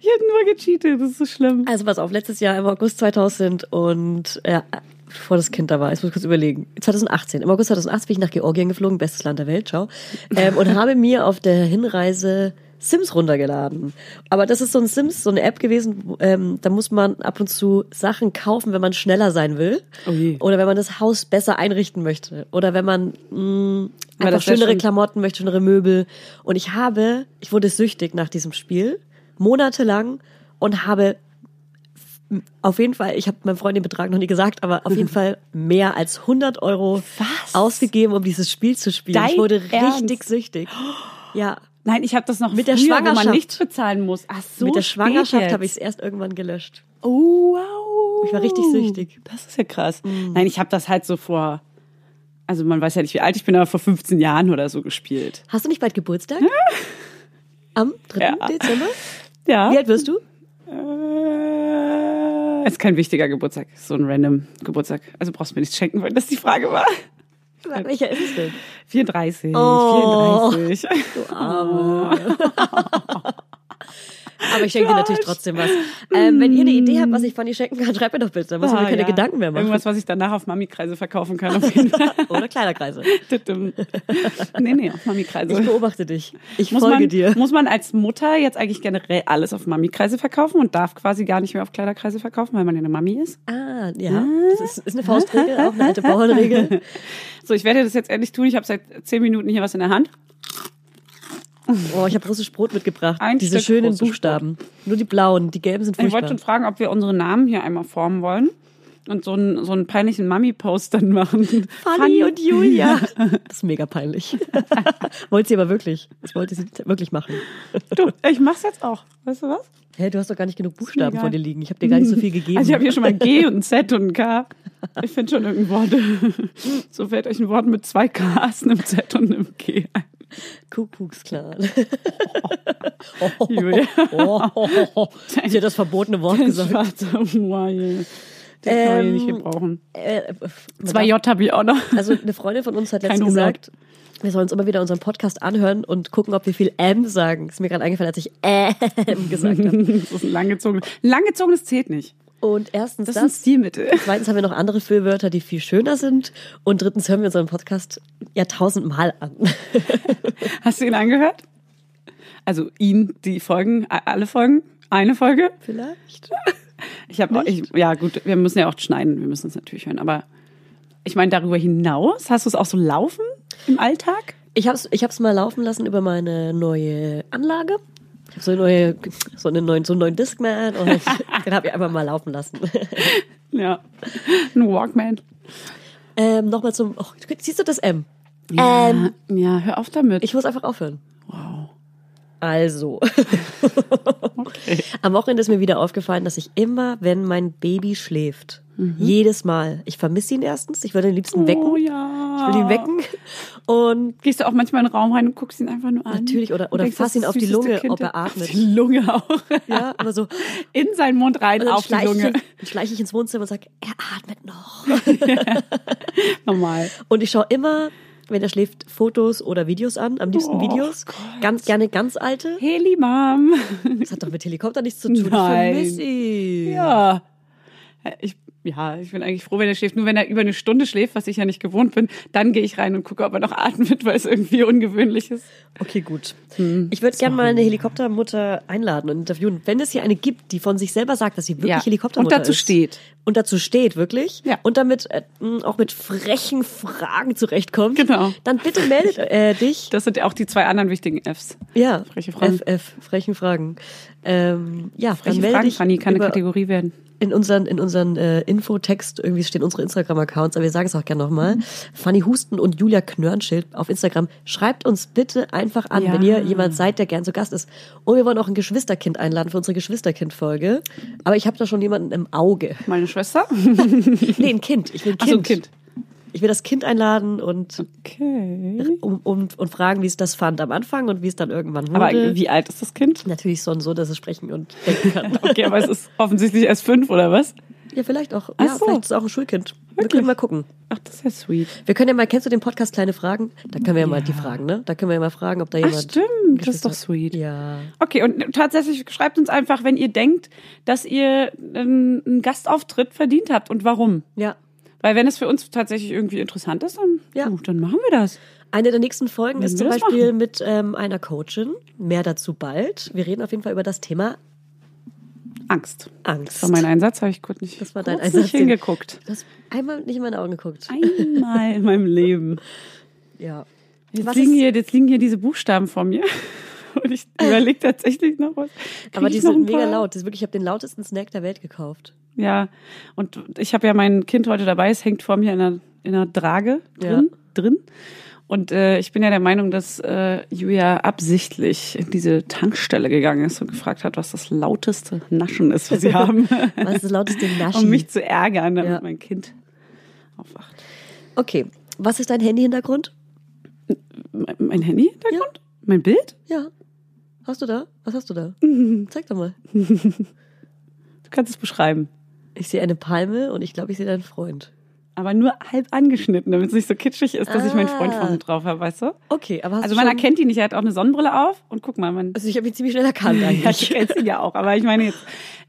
S2: Ich hätte nur gecheatet, das ist so schlimm.
S1: Also pass auf, letztes Jahr im August 2000 und ja, bevor das Kind da war, jetzt muss ich kurz überlegen. 2018, im August 2018 bin ich nach Georgien geflogen, bestes Land der Welt, ciao. Ähm, und habe mir auf der Hinreise Sims runtergeladen. Aber das ist so ein Sims, so eine App gewesen, wo, ähm, da muss man ab und zu Sachen kaufen, wenn man schneller sein will.
S2: Oh je.
S1: Oder wenn man das Haus besser einrichten möchte. Oder wenn man mh,
S2: Weil
S1: einfach
S2: das wär
S1: schönere
S2: schon-
S1: Klamotten, möchte schönere Möbel. Und ich habe, ich wurde süchtig nach diesem Spiel, monatelang und habe m- auf jeden Fall, ich habe meinem Freund den Betrag noch nie gesagt, aber auf jeden Fall mehr als 100 Euro
S2: Was?
S1: ausgegeben, um dieses Spiel zu spielen.
S2: Dein
S1: ich wurde
S2: Ernst?
S1: richtig süchtig. Ja,
S2: Nein, ich habe das noch
S1: Mit
S2: früher,
S1: der
S2: wo man
S1: Schwangerschaft.
S2: nichts bezahlen muss. Ach so,
S1: mit der Schwangerschaft habe
S2: habe
S1: ich es erst irgendwann gelöscht.
S2: Oh, wow.
S1: Ich war richtig süchtig.
S2: Das ist ja krass.
S1: Mm.
S2: Nein, ich habe das halt so vor, also man weiß ja nicht, wie alt ich bin, aber vor 15 Jahren oder so gespielt.
S1: Hast du nicht bald Geburtstag? Am 3.
S2: Hm? Ja.
S1: Dezember?
S2: Ja.
S1: Wie alt wirst du?
S2: Äh, ist kein wichtiger Geburtstag, ist so ein random Geburtstag. Also brauchst du mir nichts schenken, weil das die Frage war.
S1: Welcher ist es denn?
S2: 34,
S1: Oh.
S2: 34.
S1: Aber ich schenke dir natürlich trotzdem was. Ähm, wenn ihr eine Idee habt, was ich Fanny schenken kann, schreibt mir doch bitte. Da muss ich mir keine
S2: Ah, ja.
S1: Gedanken mehr machen.
S2: Irgendwas, was ich danach auf Mami-Kreise verkaufen kann. Auf jeden Fall.
S1: Oder Kleiderkreise.
S2: Tütüm. nee, nee, auf
S1: Ich
S2: Mami-Kreise.
S1: beobachte dich. Ich
S2: Muss
S1: folge
S2: man,
S1: dir.
S2: muss man als Mutter jetzt eigentlich generell alles auf Mami-Kreise verkaufen und darf quasi gar nicht mehr auf Kleiderkreise verkaufen, weil man ja eine Mami ist?
S1: Ah, ja. Das ist, ist eine Faustregel, auch eine alte Bauernregel.
S2: So, ich werde das jetzt endlich tun. Ich habe seit 10 Minuten hier was in der Hand.
S1: Oh, ich habe russisch Brot mitgebracht.
S2: Ein
S1: Diese
S2: Stück
S1: schönen
S2: russisch
S1: Buchstaben. Nur die blauen, die gelben sind
S2: Ich wollte
S1: furchtbar.
S2: schon fragen, ob wir unsere Namen hier einmal formen wollen und so einen, so einen peinlichen Mami-Post dann machen. Fanny,
S1: Fanny und Julia. Das ist mega peinlich. wollte sie aber wirklich. Das wollte sie wirklich machen.
S2: Du, ich mach's jetzt auch. Weißt du was?
S1: Hä, du hast doch gar nicht genug
S2: mir
S1: Buchstaben
S2: egal.
S1: vor dir liegen. Ich habe dir gar nicht so viel gegeben.
S2: Also ich habe hier schon mal ein G und ein Z und ein K. Ich finde schon irgendein Wort. So fällt euch ein Wort mit zwei Ks, einem Z und einem G ein.
S1: Kuckucksklan.
S2: Julia.
S1: Oh, oh, oh, oh. Sie hat das verbotene Wort
S2: Das
S1: gesagt.
S2: war so, das kann man hier
S1: Ähm,
S2: nicht gebrauchen.
S1: Äh, man
S2: Zwei
S1: darf-
S2: J habe ich auch noch.
S1: Also eine Freundin von uns hat
S2: Kein
S1: letztens
S2: Umlaut.
S1: gesagt, Wir sollen uns immer wieder unseren Podcast anhören und gucken, ob wir viel M sagen. Ist mir gerade eingefallen, als ich M gesagt habe.
S2: das ist ein langgezogenes. Langgezogenes zählt nicht.
S1: Und erstens
S2: Das,
S1: das,
S2: ist ein Stilmittel.
S1: zweitens haben wir noch andere Füllwörter, die viel schöner sind. Und drittens hören wir unseren Podcast ja tausendmal an.
S2: Hast du ihn angehört? Also ihn, die Folgen, a- alle Folgen, eine Folge.
S1: Vielleicht?
S2: Ich habe, ich, ja gut, wir müssen ja auch schneiden, wir müssen es natürlich hören. Aber ich meine darüber hinaus, hast du es auch so laufen im Alltag?
S1: Ich hab's, ich hab's mal laufen lassen über meine neue Anlage. Ich hab so eine neue, so einen neuen, so einen neuen Discman und den habe ich einfach mal laufen lassen.
S2: Ja, ein Walkman.
S1: Ähm, Nochmal zum, oh, siehst du das M? Ähm,
S2: ja, hör auf damit.
S1: ich muss einfach aufhören. Wow. Also. Am Wochenende ist mir wieder aufgefallen, dass ich immer, wenn mein Baby schläft,
S2: Mhm.
S1: jedes Mal, ich vermisse ihn erstens, ich würde ihn am liebsten wecken.
S2: Oh ja.
S1: Ich will ihn wecken und
S2: Gehst du auch manchmal in den Raum rein und guckst ihn einfach nur an?
S1: Natürlich, oder-
S2: Und
S1: oder
S2: denkst,
S1: fass
S2: das ist
S1: ihn
S2: das
S1: auf die
S2: süßeste
S1: Lunge,
S2: Kind
S1: ob er
S2: der-
S1: atmet.
S2: Auf die Lunge auch.
S1: ja, aber so
S2: In seinen Mund rein,
S1: Und dann
S2: auf die
S1: schleiche ich,
S2: Lunge.
S1: ihn- dann schleiche ich ins Wohnzimmer und sage, er atmet noch.
S2: Normal.
S1: Und ich schaue immer, wenn er schläft, Fotos oder Videos an, am liebsten
S2: Oh
S1: Videos. Ganz gerne ganz alte.
S2: Heli, Mom.
S1: Das hat doch mit Helikopter nichts zu tun.
S2: Nein.
S1: Ich vermisse ihn.
S2: Ja. Ich, ja, ich bin eigentlich froh, wenn er schläft. Nur wenn er über eine Stunde schläft, was ich ja nicht gewohnt bin, dann gehe ich rein und gucke, ob er noch atmet, weil es irgendwie ungewöhnlich ist.
S1: Okay, gut.
S2: Hm,
S1: Ich würde gerne mal eine Helikoptermutter einladen und interviewen. Wenn es hier eine gibt, die von sich selber sagt, dass sie wirklich
S2: Ja.
S1: Helikoptermutter
S2: Und dazu
S1: ist.
S2: steht.
S1: Und dazu steht, wirklich.
S2: Ja.
S1: Und damit äh, mh, auch mit frechen Fragen zurechtkommt.
S2: Genau.
S1: Dann bitte meldet äh, dich.
S2: Das sind ja auch die zwei anderen wichtigen Fs.
S1: Ja.
S2: Freche Fragen.
S1: FF, frechen Fragen. Ähm, ja, dann
S2: Welche
S1: melde
S2: Fragen,
S1: dich
S2: Fanny, kann eine
S1: über,
S2: Kategorie werden.
S1: in unseren, in unseren äh, Infotext irgendwie stehen unsere Instagram-Accounts, aber wir sagen es auch gerne
S2: Mhm.
S1: nochmal. Fanny Husten und Julia Knörnschild auf Instagram. Schreibt uns bitte einfach an,
S2: Ja.
S1: wenn ihr jemand seid, der gern zu Gast ist. Und wir wollen auch ein Geschwisterkind einladen für unsere Geschwisterkind-Folge. Aber ich habe da schon jemanden im Auge.
S2: Meine Schwester?
S1: Nee, ein Kind. Ich will ein
S2: Ach
S1: Kind.
S2: so, ein Kind.
S1: Ich will das Kind einladen und,
S2: Okay.
S1: um, um, und fragen, wie es das fand am Anfang und wie es dann irgendwann wurde.
S2: Aber wie alt ist das Kind?
S1: Natürlich so und so, dass es sprechen und denken kann.
S2: Okay, aber es ist offensichtlich erst fünf, oder was?
S1: ja, vielleicht auch.
S2: Ach
S1: Ja,
S2: so.
S1: vielleicht ist es auch ein Schulkind. Wir
S2: Wirklich?
S1: können mal gucken.
S2: Ach, das ist ja sweet.
S1: Wir können ja mal, kennst du den Podcast Kleine Fragen? Da können wir ja mal die fragen, ne? Da können wir ja mal fragen, ob da jemand.
S2: stimmt, das ist
S1: Geschwister
S2: doch
S1: hat.
S2: sweet.
S1: Ja.
S2: Okay, und tatsächlich schreibt uns einfach, wenn ihr denkt, dass ihr ähm, einen Gastauftritt verdient habt und warum.
S1: Ja.
S2: Weil wenn es für uns tatsächlich irgendwie interessant ist, dann,
S1: Ja.
S2: gut, dann machen wir das.
S1: Eine der nächsten Folgen ist
S2: wir
S1: zum
S2: das
S1: Beispiel mit ähm, einer Coachin. Mehr dazu bald. Wir reden auf jeden Fall über das Thema
S2: Angst.
S1: Angst.
S2: Das war mein Einsatz, habe ich kurz nicht,
S1: Das war dein
S2: kurz
S1: Einsatz,
S2: nicht
S1: den-
S2: hingeguckt.
S1: Du hast einmal nicht in meine Augen geguckt.
S2: Einmal in meinem Leben.
S1: Ja.
S2: Jetzt
S1: Was
S2: liegen,
S1: ist-
S2: hier, jetzt liegen hier diese Buchstaben vor mir. Und ich überlege tatsächlich noch was. Krieg
S1: Aber die
S2: ich noch
S1: sind
S2: ein paar?
S1: mega laut. Das ist wirklich, ich habe den lautesten Snack der Welt gekauft.
S2: Ja, und ich habe ja mein Kind heute dabei, es hängt vor mir in einer, in einer Trage
S1: Ja.
S2: drin. drin. Und äh, ich bin ja der Meinung, dass äh, Julia absichtlich in diese Tankstelle gegangen ist und gefragt hat, was das lauteste Naschen ist, was sie haben,
S1: Was ist das lauteste Naschen?
S2: um mich zu ärgern, damit
S1: Ja.
S2: mein Kind aufwacht.
S1: Okay. Was ist dein Handy-Hintergrund?
S2: Mein, mein Handy da
S1: Ja.
S2: kommt? Mein Bild?
S1: Ja. Hast du da? Was hast du da? Zeig doch mal.
S2: Du kannst es beschreiben.
S1: Ich sehe eine Palme und ich glaube, ich sehe deinen Freund.
S2: Aber nur halb angeschnitten, damit es nicht so kitschig ist, dass ich meinen Freund
S1: Ah.
S2: vorne drauf habe, weißt du?
S1: Okay, aber hast
S2: Also
S1: du
S2: man
S1: schon...
S2: erkennt ihn nicht, er hat auch eine Sonnenbrille auf und guck mal, man
S1: Also ich habe ihn ziemlich schnell erkannt
S2: Ja, ich
S1: eigentlich.
S2: kennst ihn ja auch, aber ich meine jetzt,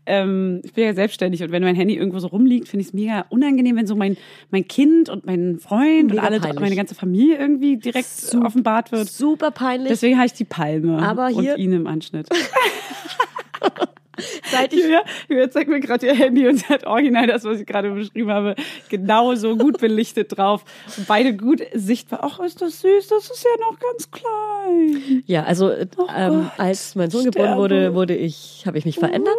S2: ähm, ich bin ja selbstständig und wenn mein Handy irgendwo so rumliegt, finde ich es mega unangenehm, wenn so mein, mein Kind und mein Freund
S1: Mega
S2: und alle,
S1: peinlich.
S2: meine ganze Familie irgendwie direkt
S1: Super-
S2: offenbart wird.
S1: Super peinlich.
S2: Deswegen habe ich die Palme
S1: Aber hier-
S2: und ihn im Anschnitt.
S1: seit ich,
S2: Julia, Julia zeigt mir gerade ihr Handy und sie hat original das, was ich gerade beschrieben habe, genauso gut belichtet drauf. Und beide gut sichtbar. Ach, ist das süß, das ist ja noch ganz klein.
S1: ja, also äh, ähm,
S2: Gott,
S1: als mein Sohn
S2: sterbe.
S1: geboren wurde, wurde ich, habe ich mich verändert.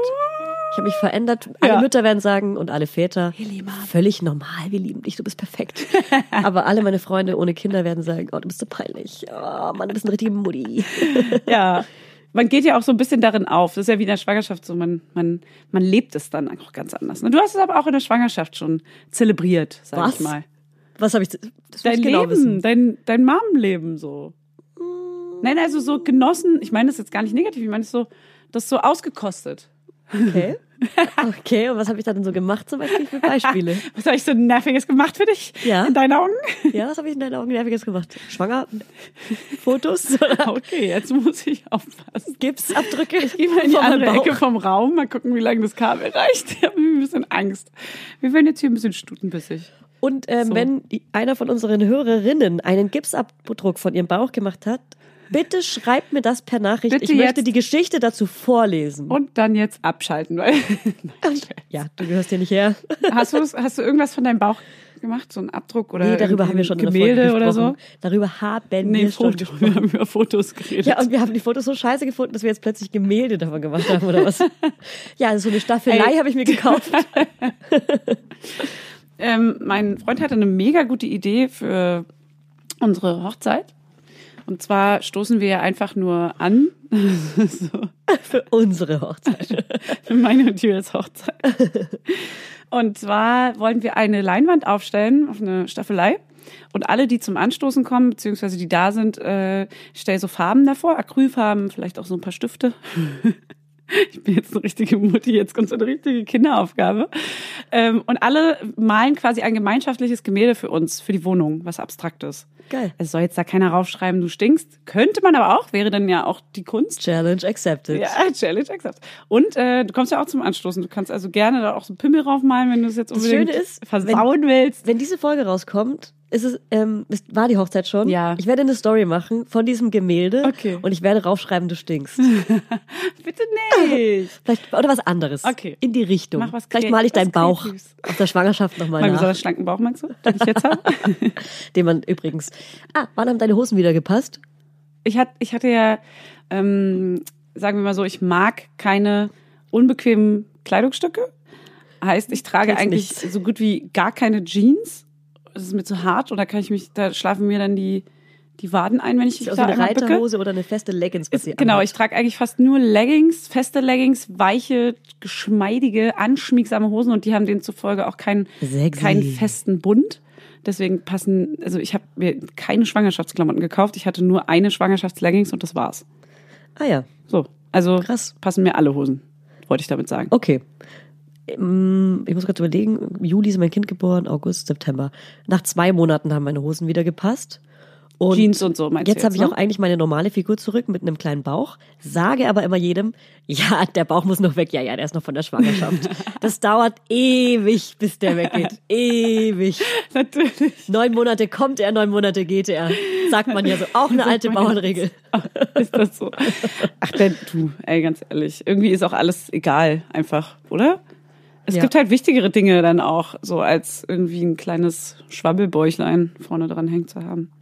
S1: Ich habe mich verändert. Alle
S2: Ja.
S1: Mütter werden sagen und alle Väter,
S2: Mom.
S1: völlig normal, wir lieben dich, du bist perfekt. Aber alle meine Freunde ohne Kinder werden sagen, oh, du bist so peinlich. Oh, Mann, du bist eine richtige Mutti.
S2: Ja. Man geht ja auch so ein bisschen darin auf. Das ist ja wie in der Schwangerschaft so. Man, man, man lebt es dann auch ganz anders. Und Du hast es aber auch in der Schwangerschaft schon zelebriert, sag
S1: Was?
S2: ich mal.
S1: Was habe ich... zu- Das muss
S2: Dein
S1: ich genau
S2: Leben,
S1: wissen.
S2: dein, dein Mamenleben so. Nein, also so genossen. Ich meine das jetzt gar nicht negativ. Ich meine das so, das so ausgekostet.
S1: Okay. Okay, und was habe ich da denn so gemacht zum Beispiel für Beispiele?
S2: Was habe ich so Nerviges gemacht für dich?
S1: Ja.
S2: In deinen Augen?
S1: Ja, was habe ich in deinen Augen Nerviges gemacht? Schwanger? Fotos?
S2: Okay, jetzt muss ich aufpassen.
S1: Gipsabdrücke? Ich
S2: Geh mal in die andere Ecke vom Raum, mal gucken, wie lange das Kabel reicht. Ich habe ein bisschen Angst. Wir werden jetzt hier ein bisschen stutenbissig.
S1: Und ähm,
S2: So.
S1: wenn die- einer von unseren Hörerinnen einen Gipsabdruck von ihrem Bauch gemacht hat, bitte schreibt mir das per Nachricht.
S2: Bitte
S1: ich möchte
S2: jetzt.
S1: die Geschichte dazu vorlesen.
S2: Und dann jetzt abschalten, weil
S1: ja, du gehörst hier nicht her.
S2: hast du, hast du irgendwas von deinem Bauch gemacht, so einen Abdruck oder
S1: nee, darüber
S2: irgendwie
S1: haben wir schon
S2: ein
S1: in der Folge
S2: Gemälde oder so?
S1: gesprochen. Darüber haben
S2: Nee,
S1: wir schon.
S2: Foto. Wir haben über Fotos geredet.
S1: Ja, und wir haben die Fotos so scheiße gefunden, dass wir jetzt plötzlich Gemälde davon gemacht haben, oder was? ja, so eine Staffelei
S2: Ey.
S1: habe ich mir gekauft.
S2: Ähm, mein Freund hatte eine mega gute Idee für unsere Hochzeit. Und zwar stoßen wir einfach nur an. so,
S1: Für unsere Hochzeit.
S2: für meine und Julias Hochzeit. Und zwar wollen wir eine Leinwand aufstellen, auf eine Staffelei. Und alle, die zum Anstoßen kommen, beziehungsweise die da sind, äh, stell so Farben davor, Acrylfarben, vielleicht auch so ein paar Stifte. Ich bin jetzt eine richtige Mutti, jetzt kommt so eine richtige Kinderaufgabe. Ähm, und alle malen quasi ein gemeinschaftliches Gemälde für uns, für die Wohnung, was Abstraktes.
S1: Geil.
S2: Es soll jetzt da keiner raufschreiben, du stinkst. Könnte man aber auch, wäre dann ja auch die Kunst.
S1: Challenge accepted.
S2: Ja, Challenge accept. Und äh, du kommst ja auch zum Anstoßen. Du kannst also gerne da auch so einen Pimmel raufmalen, wenn du es jetzt
S1: Das
S2: unbedingt
S1: Schöne ist,
S2: versauen willst.
S1: Wenn diese Folge rauskommt, ist es, ähm, ist, war die Hochzeit schon.
S2: Ja.
S1: Ich werde eine Story machen von diesem Gemälde
S2: Okay.
S1: und ich werde raufschreiben, du stinkst.
S2: Bitte nicht.
S1: Vielleicht, oder was anderes.
S2: Okay.
S1: In die Richtung.
S2: Mach was
S1: Vielleicht
S2: Kre-
S1: male ich
S2: was
S1: deinen Bauch
S2: Kreatives.
S1: auf der Schwangerschaft nochmal
S2: Mein
S1: nach.
S2: besonders schlanken Bauch meinst du, den ich jetzt habe?
S1: Den man übrigens. Ah, wann haben deine Hosen wieder gepasst?
S2: Ich, hat, ich hatte ja, ähm, sagen wir mal so, ich mag keine unbequemen Kleidungsstücke. Heißt, ich trage
S1: Trägst
S2: eigentlich
S1: nichts.
S2: so gut wie gar keine Jeans. Das ist mir zu hart oder kann ich mich, da schlafen mir dann die, die Waden ein, wenn ich mich
S1: Ist auch so
S2: da
S1: eine
S2: einmal bücke.
S1: Reiterhose oder eine feste Leggings, was
S2: Ist,
S1: sie
S2: genau,
S1: anhat.
S2: ich trage eigentlich fast nur Leggings, feste Leggings, weiche, geschmeidige, anschmiegsame Hosen und die haben demzufolge auch keinen,
S1: Sexy.
S2: keinen festen Bund. Deswegen passen, also ich habe mir keine Schwangerschaftsklamotten gekauft. Ich hatte nur eine Schwangerschaftsleggings und das war's.
S1: Ah ja,
S2: So, also
S1: Krass.
S2: passen mir alle Hosen, wollte ich damit sagen.
S1: okay. Ähm, Ich muss kurz überlegen, im Juli ist mein Kind geboren, August, September. Nach zwei Monaten haben meine Hosen wieder gepasst. Und
S2: Jeans und so, meinst
S1: Jetzt
S2: du
S1: habe ich
S2: ne?
S1: auch eigentlich meine normale Figur zurück mit einem kleinen Bauch, sage aber immer jedem, ja, der Bauch muss noch weg, ja, ja, der ist noch von der Schwangerschaft. Das dauert ewig, bis der weggeht. Ewig.
S2: Natürlich.
S1: Neun Monate kommt er, neun Monate geht er. Sagt man ja so. Auch eine alte Bauernregel.
S2: Ist das so? Ach, denn du, ey, ganz ehrlich. Irgendwie ist auch alles egal, einfach, oder? Es
S1: Ja.
S2: gibt halt wichtigere Dinge dann auch, so als irgendwie ein kleines Schwabbelbäuchlein vorne dran hängen zu haben.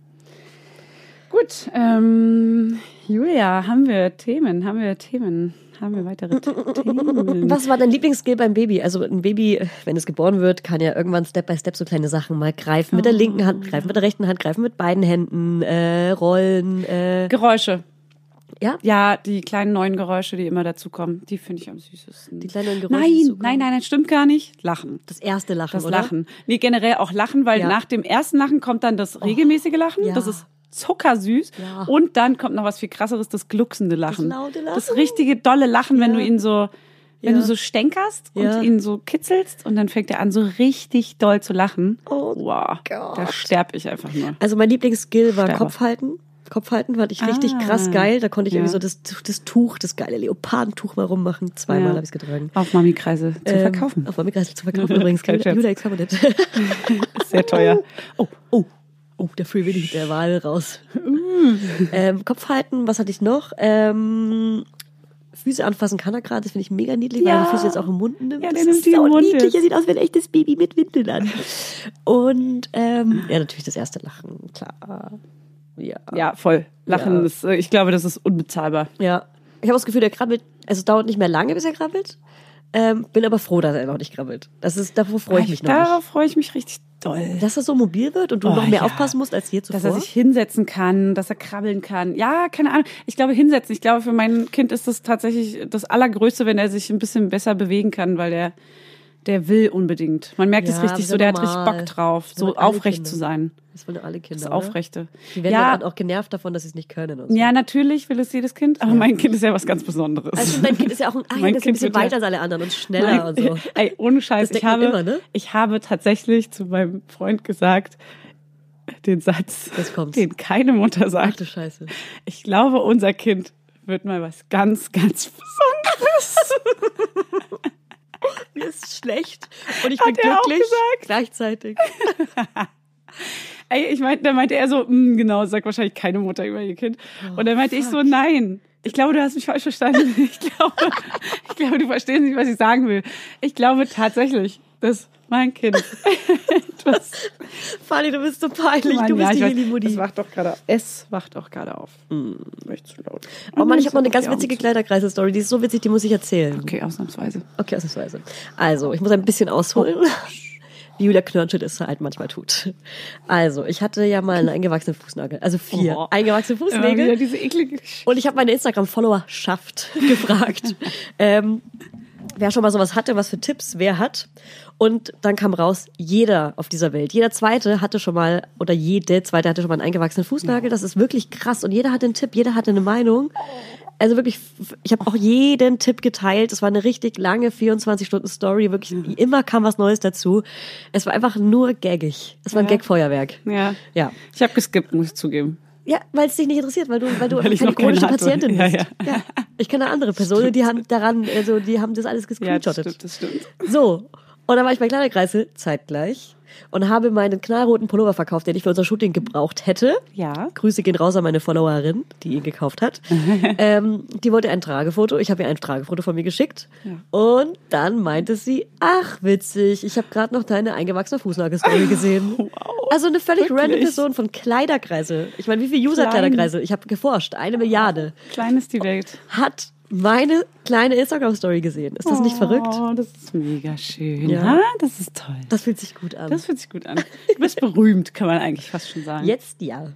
S2: Gut, ähm, Julia, haben wir Themen? Haben wir Themen? Haben wir weitere Themen?
S1: Was war dein Lieblingsskill beim Baby? Also ein Baby, wenn es geboren wird, kann ja irgendwann Step by Step so kleine Sachen mal greifen. Mit der linken Hand, greifen mit der rechten Hand, greifen mit beiden Händen, äh, rollen. Äh,
S2: Geräusche.
S1: ja,
S2: Ja, die kleinen neuen Geräusche, die immer dazukommen, die finde ich am süßesten.
S1: Die kleinen neuen Geräusche, die
S2: Nein,
S1: dazukommen.
S2: nein, nein, nein, stimmt gar nicht. Lachen.
S1: das erste Lachen,
S2: Das
S1: oder?
S2: Lachen. Nee, generell auch Lachen, weil
S1: Ja. Oh,
S2: nach dem ersten Lachen kommt dann das regelmäßige Lachen.
S1: ja.
S2: Das ist zuckersüß.
S1: Ja.
S2: Und dann kommt noch was viel krasseres, das glucksende Lachen.
S1: laute Lachen.
S2: Das richtige dolle Lachen, wenn du ihn so, wenn
S1: Ja.
S2: du so stänkerst
S1: Ja.
S2: und ihn so kitzelst und dann fängt er an, so richtig doll zu lachen.
S1: Oh
S2: wow. Da
S1: Gott.
S2: sterb ich einfach nur.
S1: Also mein Lieblingsskill war
S2: Sterbe.
S1: Kopfhalten. Kopfhalten fand ich richtig
S2: Ah.
S1: krass geil. Da konnte ich irgendwie
S2: Ja.
S1: so das, das Tuch, das geile Leopardentuch mal rummachen. Zweimal
S2: Ja.
S1: habe ich es getragen.
S2: Auf Mami-Kreise zu
S1: Ähm,
S2: verkaufen.
S1: Auf meinem Kreis zu verkaufen übrigens.
S2: Kein Scherz.
S1: Julia Experiment.
S2: Sehr teuer.
S1: Oh, oh, oh, der Free Willy, der Wahl raus. ähm, Kopfhalten, was hatte ich noch? Ähm, Füße anfassen kann er gerade, das finde ich mega niedlich, weil
S2: Ja.
S1: er die Füße jetzt auch im Mund nimmt.
S2: Ja,
S1: das
S2: der nimmt
S1: ist
S2: die im
S1: sau
S2: Mund
S1: niedlich,
S2: jetzt.
S1: er sieht aus wie ein echtes Baby mit Windeln an. Und ähm, ja, natürlich das erste Lachen, klar. Ja.
S2: Ja, voll. Lachen
S1: Ja.
S2: ist, äh, ich glaube, das ist unbezahlbar.
S1: Ja. Ich habe das Gefühl, der krabbelt, also es dauert nicht mehr lange, bis er krabbelt. Ähm, bin aber froh, dass er noch nicht krabbelt. Das ist, davor freue ich mich noch
S2: Darauf
S1: nicht.
S2: freue ich mich richtig doll.
S1: Dass er so mobil wird und du
S2: Oh,
S1: noch mehr
S2: ja.
S1: aufpassen musst als je zuvor.
S2: Dass er sich hinsetzen kann, dass er krabbeln kann. Ja, keine Ahnung. Ich glaube, hinsetzen. Ich glaube, für mein Kind ist das tatsächlich das Allergrößte, wenn er sich ein bisschen besser bewegen kann, weil der der will unbedingt. Man merkt es
S1: Ja,
S2: richtig
S1: ist
S2: so,
S1: ja
S2: der hat
S1: normal.
S2: richtig Bock drauf,
S1: Das
S2: so
S1: wollen alle
S2: aufrecht
S1: Kinder.
S2: zu sein.
S1: Das wollen ja alle Kinder.
S2: Das
S1: oder?
S2: Aufrechte.
S1: Die werden
S2: Ja.
S1: ja, gerade auch genervt davon, dass sie es nicht können. Und so.
S2: Ja, natürlich will es jedes Kind, aber mein Kind ist ja was ganz Besonderes.
S1: Also dein Kind ist ja auch ein, ah, ja,
S2: Mein
S1: das ist ein
S2: Kind
S1: bisschen
S2: wird ja-
S1: weiter als alle anderen und schneller und so.
S2: Ey, ohne Scheiß,
S1: Das denkt
S2: ich
S1: man
S2: habe,
S1: immer, ne?
S2: ich habe tatsächlich zu meinem Freund gesagt, den Satz,
S1: Jetzt kommt's.
S2: den keine Mutter
S1: Ach
S2: sagt.
S1: du Scheiße.
S2: Ich glaube, unser Kind wird mal was ganz, ganz Besonderes.
S1: Mir ist schlecht und ich
S2: Hat
S1: bin
S2: er auch
S1: glücklich
S2: gesagt?
S1: gleichzeitig.
S2: Ey, ich meinte, da meinte er so, "Mm, genau, sagt wahrscheinlich keine Mutter über ihr Kind.
S1: Oh,
S2: Und dann meinte ich so, nein. Ich glaube, du hast mich falsch verstanden. Ich glaube, ich glaube, du verstehst nicht, was ich sagen will. Ich glaube tatsächlich, dass mein Kind etwas
S1: Fanny, du bist so peinlich.
S2: Mann,
S1: du bist
S2: ja, ich
S1: die
S2: weiß,
S1: Helimudi.
S2: Es wacht doch gerade auf. Es wacht auch gerade auf. Nicht zu laut.
S1: Mm. Oh Mann, ich habe noch eine ganz
S2: Ja,
S1: witzige Kleiderkreise-Story. Die ist so witzig, die muss ich erzählen.
S2: Okay, ausnahmsweise.
S1: Okay, ausnahmsweise. Also, ich muss ein bisschen ausholen, wie Julia Knirnschild es halt manchmal tut. Also, ich hatte ja mal einen eingewachsenen Fußnagel. Also vier
S2: Oh.
S1: eingewachsene
S2: Immer wieder
S1: Fußnägel.
S2: diese eklige Geschichte.
S1: Und ich habe meine Instagram-Followerschaft gefragt, ähm, wer schon mal sowas hatte, was für Tipps wer hat. Und dann kam raus, jeder auf dieser Welt, jeder Zweite hatte schon mal, oder jede Zweite hatte schon mal einen eingewachsenen Fußnagel. Das ist wirklich krass. Und jeder hatte einen Tipp, jeder hatte eine Meinung. Also wirklich, f- ich habe auch jeden Tipp geteilt. Es war eine richtig lange 24-Stunden-Story. Wirklich, immer kam was Neues dazu. Es war einfach nur gaggig. Es war ein
S2: Ja.
S1: Gag-Feuerwerk.
S2: Ja.
S1: Ja.
S2: Ich habe geskippt, muss ich zugeben.
S1: Ja, weil es dich nicht interessiert, weil du, weil du
S2: Weil ich
S1: keine
S2: noch keine
S1: chronische
S2: hatte.
S1: Patientin
S2: Ja,
S1: bist. Ja,
S2: ja.
S1: Ich kenne andere Personen, die haben daran, also die haben das alles
S2: Ja, das
S1: gescreenshottet.
S2: stimmt, das stimmt.
S1: so. Und dann war ich bei Kleiderkreisel zeitgleich und habe meinen knallroten Pullover verkauft, den ich für unser Shooting gebraucht hätte.
S2: Ja.
S1: Grüße gehen raus an meine Followerin, die ihn gekauft hat. ähm, die wollte ein Tragefoto. Ich habe ihr ein Tragefoto von mir geschickt. Und dann meinte sie, ach witzig, ich habe gerade noch deine eingewachsene Fußnagelstory gesehen. also eine völlig
S2: wirklich?
S1: random Person von Kleiderkreise. Ich meine, wie viele User hat
S2: Klein.
S1: Kleiderkreise? Ich habe geforscht, eine Milliarde.
S2: Klein ist die Welt.
S1: Hat meine kleine Instagram-Story gesehen. Ist das nicht verrückt?
S2: Oh, das ist mega schön.
S1: Ja.
S2: Ja, das ist toll.
S1: Das fühlt sich gut an.
S2: Das fühlt sich gut an. Du bist berühmt, kann man eigentlich fast schon sagen.
S1: Jetzt ja.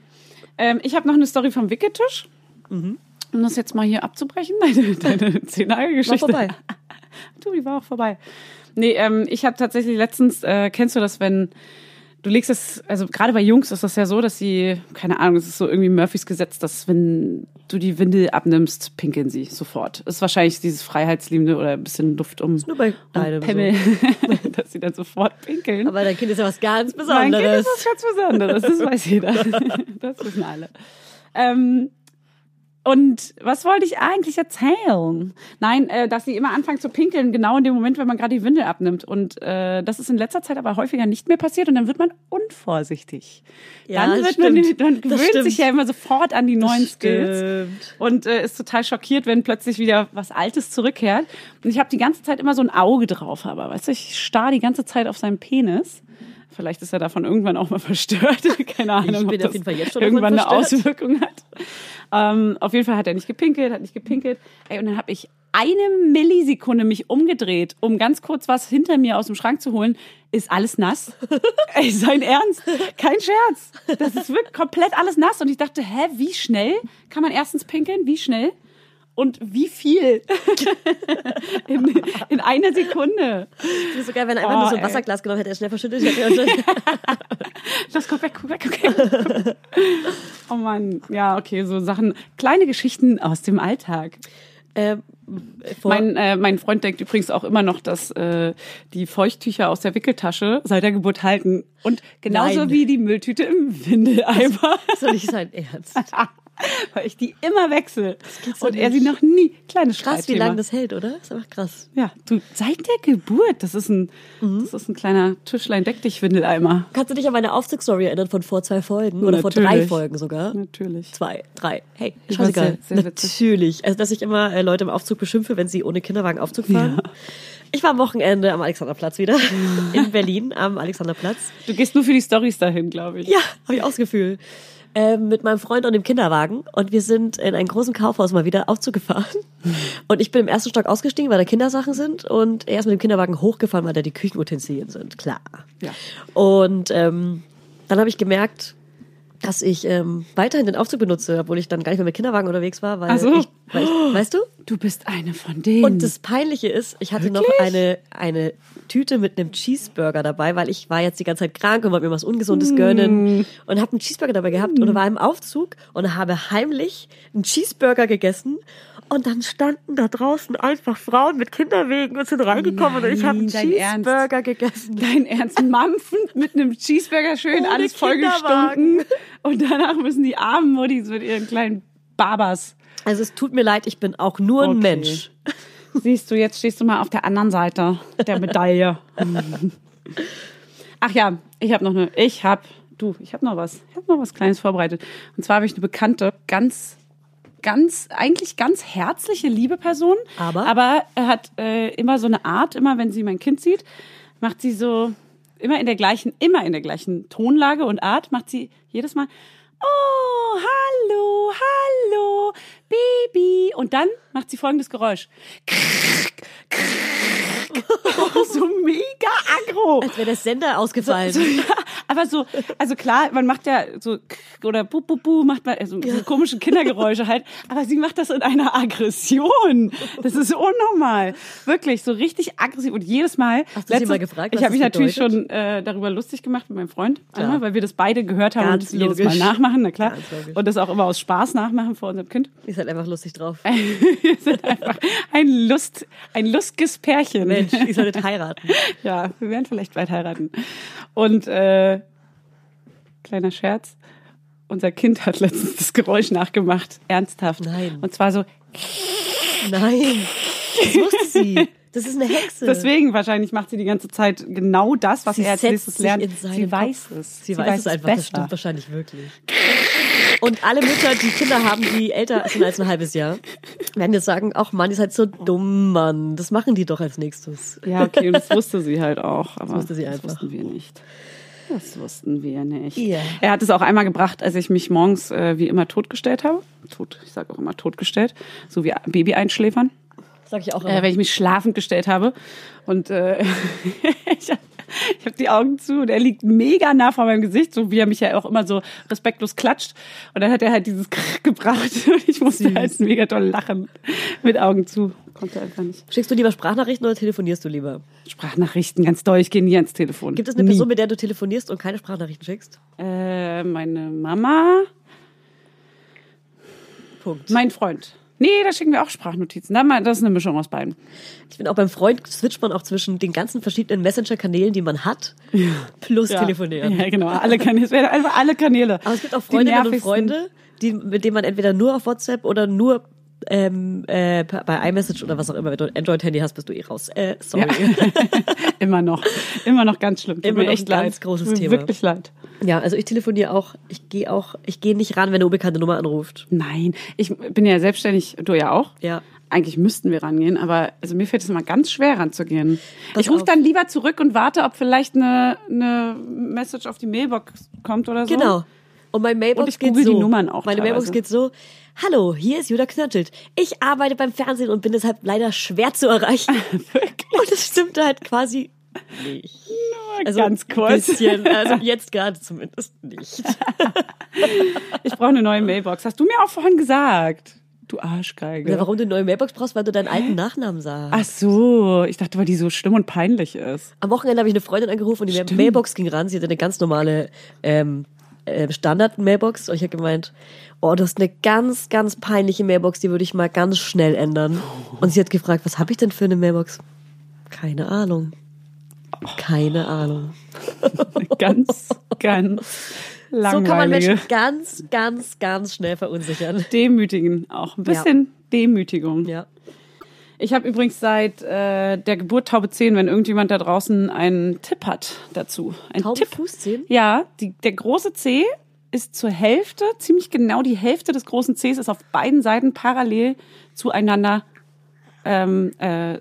S2: Ähm, ich habe noch eine Story vom Wickeltisch.
S1: Mhm.
S2: Um das jetzt mal hier abzubrechen, deine, deine
S1: War
S2: Zehn-Tage-Geschichte.
S1: vorbei.
S2: Du, die war auch vorbei. Nee, ähm, ich habe tatsächlich letztens, äh, kennst du das, wenn du legst das, also gerade bei Jungs ist das ja so, dass sie, keine Ahnung, es ist so irgendwie Murphys Gesetz, dass wenn du die Windel abnimmst, pinkeln sie sofort. Ist wahrscheinlich dieses Freiheitsliebende oder ein bisschen Luft um,
S1: Nur bei
S2: um
S1: deinem
S2: Pemmel,
S1: so.
S2: dass sie dann sofort pinkeln.
S1: Aber dein Kind ist ja was ganz
S2: Mein Kind
S1: Besonderes.
S2: ist was ganz Besonderes, das weiß jeder. Das wissen alle. Ähm, und was wollte ich eigentlich erzählen? Nein, äh, dass sie immer anfangen zu pinkeln, genau in dem Moment, wenn man gerade die Windel abnimmt. Und äh, das ist in letzter Zeit aber häufiger nicht mehr passiert und dann wird man unvorsichtig.
S1: Ja,
S2: dann,
S1: das
S2: wird man,
S1: stimmt.
S2: dann
S1: Das
S2: gewöhnt
S1: stimmt.
S2: sich ja immer sofort an die neuen Skills
S1: Stimmt.
S2: und äh, ist total schockiert, wenn plötzlich wieder was Altes zurückkehrt. Und ich habe die ganze Zeit immer so ein Auge drauf, aber weißt du, ich starr die ganze Zeit auf seinen Penis. Vielleicht ist er davon irgendwann auch mal verstört. Keine Ahnung,
S1: bin
S2: ob
S1: auf
S2: das
S1: jeden Fall jetzt schon davon
S2: irgendwann eine
S1: verstört.
S2: Auswirkung hat. Ähm, auf jeden Fall hat er nicht gepinkelt, hat nicht gepinkelt. Ey, und dann habe ich eine Millisekunde mich umgedreht, um ganz kurz was hinter mir aus dem Schrank zu holen. Ist alles nass? Ey, sein Ernst. Kein Scherz. Das ist wirklich komplett alles nass. Und ich dachte, hä, wie schnell kann man erstens pinkeln? Wie schnell? Und wie viel? in, in einer Sekunde.
S1: Ich finde es so geil, wenn er einfach
S2: Oh,
S1: nur so ein
S2: ey.
S1: Wasserglas genommen hätte, er schnell verschüttet hätte.
S2: Das kommt weg, guck weg, okay. oh Mann. Ja, okay, so Sachen. Kleine Geschichten aus dem Alltag.
S1: ähm, vor,
S2: Mein, äh, mein Freund denkt übrigens auch immer noch, dass äh, die Feuchttücher aus der Wickeltasche seit der Geburt halten. Und genauso
S1: Nein.
S2: wie die Mülltüte im Windeleimer.
S1: das soll nicht sein Ernst.
S2: Weil ich die immer wechsle.
S1: gibt's doch
S2: Und er
S1: nicht.
S2: sie noch nie. Kleines
S1: Krass, wie
S2: Streitthema.
S1: lange das hält, oder? Ist einfach krass.
S2: Ja, du, seit der Geburt. Das ist ein,
S1: Mhm.
S2: das ist ein kleiner Tischlein deck dich Windeleimer.
S1: Kannst du dich an meine Aufzugsstory erinnern von vor zwei Folgen oder vor
S2: Natürlich.
S1: drei Folgen sogar?
S2: Natürlich.
S1: Zwei, drei. Hey,
S2: Ich
S1: scheißegal.
S2: weiß, sehr- sehr witzig.
S1: Natürlich. Also, dass ich immer äh, Leute im Aufzug beschimpfe, wenn sie ohne Kinderwagen Aufzug fahren. Ich war am Wochenende am Alexanderplatz wieder. In Berlin am Alexanderplatz.
S2: Du gehst nur für die Stories dahin, glaube ich.
S1: Ja, habe ich auch das Gefühl. Ähm, mit meinem Freund und dem Kinderwagen und wir sind in einem großen Kaufhaus mal wieder Aufzug gefahren. Und ich bin im ersten Stock ausgestiegen, weil da Kindersachen sind und er ist mit dem Kinderwagen hochgefahren, weil da die Küchenutensilien sind, klar.
S2: Ja.
S1: Und ähm, dann habe ich gemerkt, dass ich ähm, weiterhin den Aufzug benutze, obwohl ich dann gar nicht mehr mit Kinderwagen unterwegs war, weil,
S2: Ach so.
S1: ich, weil ich, weißt du?
S2: Du bist eine von denen.
S1: Und das Peinliche ist, ich hatte noch eine, eine Tüte mit einem Cheeseburger dabei, weil ich war jetzt die ganze Zeit krank und wollte mir was
S2: Mm.
S1: Ungesundes gönnen und habe einen Cheeseburger dabei gehabt und war im Aufzug und habe heimlich einen Cheeseburger gegessen und dann standen da draußen einfach Frauen mit Kinderwegen und sind reingekommen und ich habe einen
S2: Nein, dein Ernst?
S1: Cheeseburger gegessen.
S2: Dein Ernst, mampfend mit einem Cheeseburger schön
S1: Ohne
S2: alles vollgestunken.
S1: Kinderwagen.
S2: Und danach müssen die armen Muttis mit ihren kleinen Babas.
S1: Also es tut mir leid, ich bin auch nur ein
S2: Okay.
S1: Mensch.
S2: Siehst du, jetzt stehst du mal auf der anderen Seite der Medaille. Ach ja, ich habe noch eine. Ich habe, du, ich habe noch was. Ich habe noch was Kleines vorbereitet. Und zwar habe ich eine bekannte, ganz, ganz, eigentlich ganz herzliche, liebe Person.
S1: Aber?
S2: aber er hat äh, immer so eine Art, immer wenn sie mein Kind sieht, macht sie so immer in der gleichen, immer in der gleichen Tonlage und Art, macht sie jedes Mal. Oh, hallo, hallo, Baby. Und dann macht sie folgendes Geräusch. so mega aggro.
S1: Als wäre der Sender ausgefallen.
S2: So, ja, aber so, also klar, man macht ja so k- oder bu bu bu macht man also so komische Kindergeräusche halt, aber sie macht das in einer Aggression. Das ist unnormal. Wirklich so richtig aggressiv und jedes Mal
S1: Hast du sie mal gefragt,
S2: Ich
S1: was
S2: habe mich
S1: das
S2: natürlich
S1: bedeutet?
S2: schon äh, darüber lustig gemacht mit meinem Freund,
S1: Klar.
S2: einmal, weil wir das beide gehört haben
S1: Ganz
S2: und das jedes
S1: logisch.
S2: Mal nachmachen, na klar.
S1: Ganz logisch.
S2: Und das auch immer aus Spaß nachmachen vor unserem Kind.
S1: Die ist halt einfach lustig drauf.
S2: wir sind einfach ein Lust ein lustiges Pärchen.
S1: Mensch, ich sollte heiraten.
S2: Ja, wir werden vielleicht bald heiraten. Und äh, kleiner Scherz, unser Kind hat letztens das Geräusch nachgemacht, ernsthaft.
S1: Nein.
S2: Und zwar so,
S1: Nein, das wusste sie. Das ist eine Hexe.
S2: deswegen wahrscheinlich macht sie die ganze Zeit genau das, was
S1: sie
S2: er als
S1: setzt
S2: nächstes
S1: sich
S2: lernt.
S1: in seinen
S2: sie weiß
S1: Kopf.
S2: es.
S1: Sie, weiß, es einfach. Das
S2: besser.
S1: stimmt wahrscheinlich wirklich. Und alle Mütter, die Kinder haben, die älter sind als ein halbes Jahr, werden jetzt sagen, ach Mann, ihr seid so dumm, Mann. Das machen die doch als nächstes.
S2: Ja, okay, und das wusste sie halt auch. Aber das,
S1: wusste sie einfach.
S2: wussten wir nicht. Das wussten wir nicht.
S1: Ja.
S2: Er hat es auch einmal gebracht, als ich mich morgens äh, wie immer totgestellt habe. Tot, ich sage auch immer totgestellt, so wie Baby einschläfern.
S1: Sag ich auch
S2: äh,
S1: immer.
S2: wenn ich mich schlafend gestellt habe. Und äh, ich habe ich hab die Augen zu und er liegt mega nah vor meinem Gesicht, so wie er mich ja auch immer so respektlos klatscht. Und dann hat er halt dieses Krrr gebracht und ich musste halt mega toll lachen. Mit Augen zu. Konnte einfach nicht.
S1: Schickst du lieber Sprachnachrichten oder telefonierst du lieber?
S2: Sprachnachrichten ganz doll, ich gehe nie ans Telefon.
S1: Gibt es eine
S2: nie.
S1: Person, mit der du telefonierst und keine Sprachnachrichten schickst?
S2: Äh, meine Mama,
S1: Punkt.
S2: mein Freund. Nee, da schicken wir auch Sprachnotizen. Na, mal- Das ist eine Mischung aus beiden.
S1: Ich bin auch beim Freund, switcht man auch zwischen den ganzen verschiedenen Messenger-Kanälen, die man hat, plus telefonieren.
S2: Ja, genau. Alle Kanäle. Es werden einfach alle Kanäle.
S1: Aber es gibt auch
S2: Die
S1: Freundinnen und
S2: nervigsten.
S1: Freunde, die, mit denen man entweder nur auf WhatsApp oder nur ähm, äh, per- bei iMessage oder was auch immer, wenn du ein Android-Handy hast, bist du eh raus. Äh, sorry.
S2: immer noch. Immer noch ganz schlimm. Tut
S1: Immer
S2: mir
S1: noch
S2: echt
S1: ein
S2: leid.
S1: ganz großes
S2: Tut mir
S1: Thema.
S2: Wirklich leid.
S1: Ja. also ich telefoniere auch, ich gehe auch, ich gehe nicht ran, wenn eine unbekannte Nummer anruft.
S2: Nein, ich bin ja selbstständig, du ja auch.
S1: Ja.
S2: Eigentlich müssten wir rangehen, aber also mir fällt es immer ganz schwer ranzugehen.
S1: Pass
S2: ich rufe
S1: auf.
S2: dann lieber zurück und warte, ob vielleicht eine, eine Message auf die Mailbox kommt oder so.
S1: Genau. Und mein Mailbox
S2: Und ich
S1: geht
S2: google
S1: so.
S2: die Nummern auch
S1: Meine Mailbox
S2: teilweise.
S1: geht so. Hallo, hier ist Judah Knöttelt. Ich arbeite beim Fernsehen und bin deshalb leider schwer zu erreichen. und das stimmt halt quasi nicht.
S2: Also ganz kurz.
S1: Ein bisschen, also jetzt gerade zumindest nicht.
S2: Ich brauche eine neue Mailbox. Hast du mir auch vorhin gesagt. Du Arschgeige.
S1: Ja, warum du eine neue Mailbox brauchst, weil du deinen alten Nachnamen sagst.
S2: Ach so, ich dachte, weil die so schlimm und peinlich ist.
S1: Am Wochenende habe ich eine Freundin angerufen und die Mailbox ging ran. Sie hatte eine ganz normale ähm, äh, Standard-Mailbox. Und ich habe gemeint, oh, du hast eine ganz, ganz peinliche Mailbox, die würde ich mal ganz schnell ändern. Und sie hat gefragt, was habe ich denn für eine Mailbox? Keine Ahnung. Keine Ahnung.
S2: Ganz, ganz langweilige.
S1: So kann man Menschen ganz, ganz, ganz schnell verunsichern.
S2: Demütigen auch. Ein bisschen Demütigung.
S1: Ja.
S2: Ich habe übrigens seit äh, der Geburt Taube 10, wenn irgendjemand da draußen einen Tipp hat dazu. Ein
S1: Taube
S2: Tipp.
S1: Fußzehen?
S2: Ja, die, der große C ist zur Hälfte, ziemlich genau die Hälfte des großen Cs ist auf beiden Seiten parallel zueinander ähm, äh,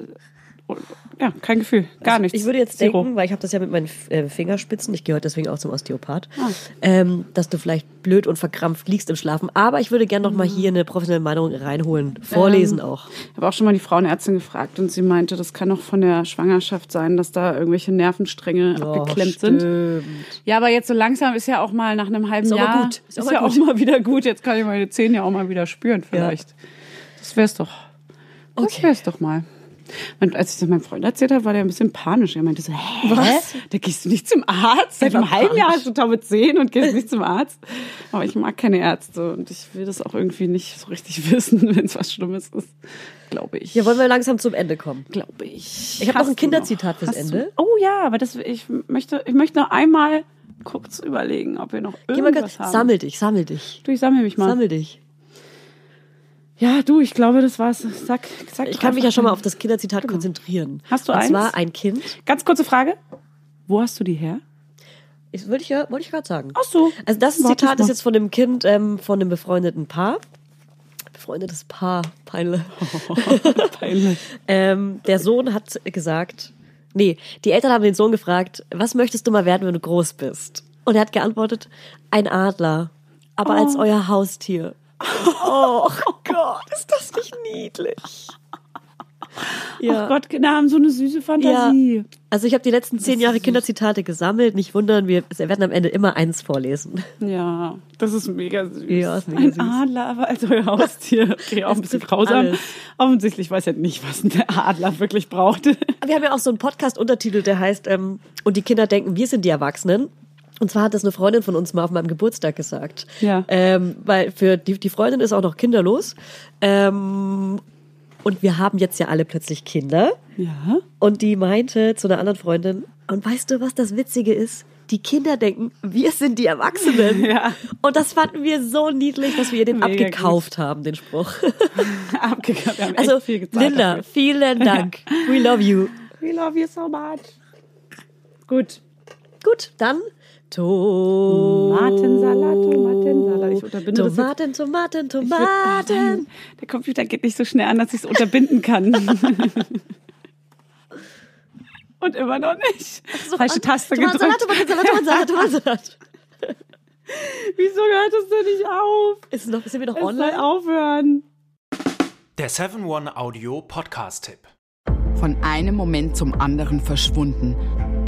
S2: ja, kein Gefühl, gar nichts.
S1: Ich würde jetzt
S2: Zero.
S1: denken, weil ich habe das ja mit meinen F- äh, Fingerspitzen, ich gehöre deswegen auch zum Osteopath,
S2: Ah.
S1: ähm, dass du vielleicht blöd und verkrampft liegst im Schlafen. Aber ich würde gerne nochmal
S2: Mhm.
S1: hier eine professionelle Meinung reinholen.
S2: Ähm.
S1: Vorlesen auch.
S2: Ich habe auch schon mal die Frauenärztin gefragt und sie meinte, das kann auch von der Schwangerschaft sein, dass da irgendwelche Nervenstränge abgeklemmt sind. Ja, aber jetzt so langsam ist ja auch mal nach einem halben
S1: Ist aber
S2: Jahr
S1: gut.
S2: Ist,
S1: Ist aber
S2: ja
S1: gut.
S2: auch mal wieder gut. Jetzt kann ich meine Zähne ja auch mal wieder spüren vielleicht. Das wär's doch. Das
S1: Okay.
S2: wär's doch mal. Und als ich das meinem Freund erzählt habe, war der ein bisschen panisch. Er meinte so, hä?
S1: Was?
S2: Da gehst du nicht zum Arzt? Seit
S1: war
S2: einem halben Jahr
S1: panisch.
S2: hast du taube Zähne und gehst nicht zum Arzt. Aber ich mag keine Ärzte und ich will das auch irgendwie nicht so richtig wissen, wenn es was Schlimmes ist. Glaube ich.
S1: Hier wollen wir langsam zum Ende kommen.
S2: Glaube ich.
S1: Ich hab noch
S2: Hast
S1: ein
S2: du
S1: Kinderzitat fürs
S2: Hast du-
S1: Ende.
S2: Oh ja, aber das, ich möchte, ich mögte noch einmal kurz überlegen, ob wir noch
S1: Geh mal ganz,
S2: irgendwas haben.
S1: sammel dich, sammel dich.
S2: Du, ich sammle mich mal.
S1: Sammel dich.
S2: Ja, du, ich glaube, das war's. Sag, sag
S1: Ich
S2: doch
S1: kann mich
S2: einfach.
S1: ja schon mal auf das Kinderzitat konzentrieren.
S2: Genau. Hast du
S1: Und
S2: eins?
S1: zwar ein Kind.
S2: Ganz kurze Frage. Wo hast du die her?
S1: Ich, wollte ich, ja, wollte ich gerade sagen.
S2: Ach so.
S1: Also das
S2: Warte
S1: Zitat
S2: mal.
S1: ist jetzt von dem Kind ähm, von einem befreundeten Paar. Befreundetes Paar, peinlich.
S2: Peinlich.
S1: Ähm, der Sohn hat gesagt, nee, die Eltern haben den Sohn gefragt, was möchtest du mal werden, wenn du groß bist? Und er hat geantwortet, ein Adler, aber als euer Haustier. Oh Gott, ist das nicht niedlich? Ja.
S2: Ach Gott, Kinder haben so eine süße
S1: Ja,
S2: Fantasie.
S1: also ich habe die letzten zehn Jahre Kinderzitate gesammelt. Nicht wundern, wir werden am Ende immer eins vorlesen.
S2: Ja, das ist mega süß.
S1: Ja, ist mega
S2: ein
S1: süß.
S2: Adler, aber als euer Haustier. Okay, auch ein bisschen
S1: trifft
S2: grausam.
S1: alles.
S2: Offensichtlich weiß er nicht, was ein Adler wirklich brauchte.
S1: Wir haben ja auch so einen Podcast-Untertitel, der heißt ähm, Und die Kinder denken, wir sind die Erwachsenen. Und zwar hat das eine Freundin von uns mal auf meinem Geburtstag gesagt.
S2: Ja.
S1: Ähm, weil für die, die Freundin ist auch noch kinderlos. Ähm, und wir haben jetzt ja alle plötzlich Kinder.
S2: Ja.
S1: Und die meinte zu einer anderen Freundin, und weißt du, was das Witzige ist? Die Kinder denken, wir sind die Erwachsenen.
S2: Ja.
S1: Und das fanden wir so niedlich, dass wir ihr den
S2: Mega gut.
S1: abgekauft haben, den Spruch.
S2: Abgegangen. Wir haben
S1: Also,
S2: echt viel gezahlt
S1: Linda,
S2: dafür.
S1: vielen Dank. We love you.
S2: We love you so much. Gut.
S1: Gut, dann
S2: Tomatensalat, Tomatensalat. Ich unterbinde das jetzt.
S1: Tomaten, Tomaten,
S2: Ich würd- Ah,
S1: Tomaten.
S2: nein, Der Computer geht nicht so schnell an, dass ich es unterbinden kann. Und immer noch nicht. Falsche Taste gedrückt.
S1: Tomatensalat, Tomatensalat, Tomatensalat, Tomatensalat.
S2: Wieso hört es denn nicht auf?
S1: Ist es noch, sind wir noch
S2: Es soll
S1: online?
S2: aufhören.
S5: Der 7-One-Audio Podcast-Tipp.
S6: Von einem Moment zum anderen verschwunden,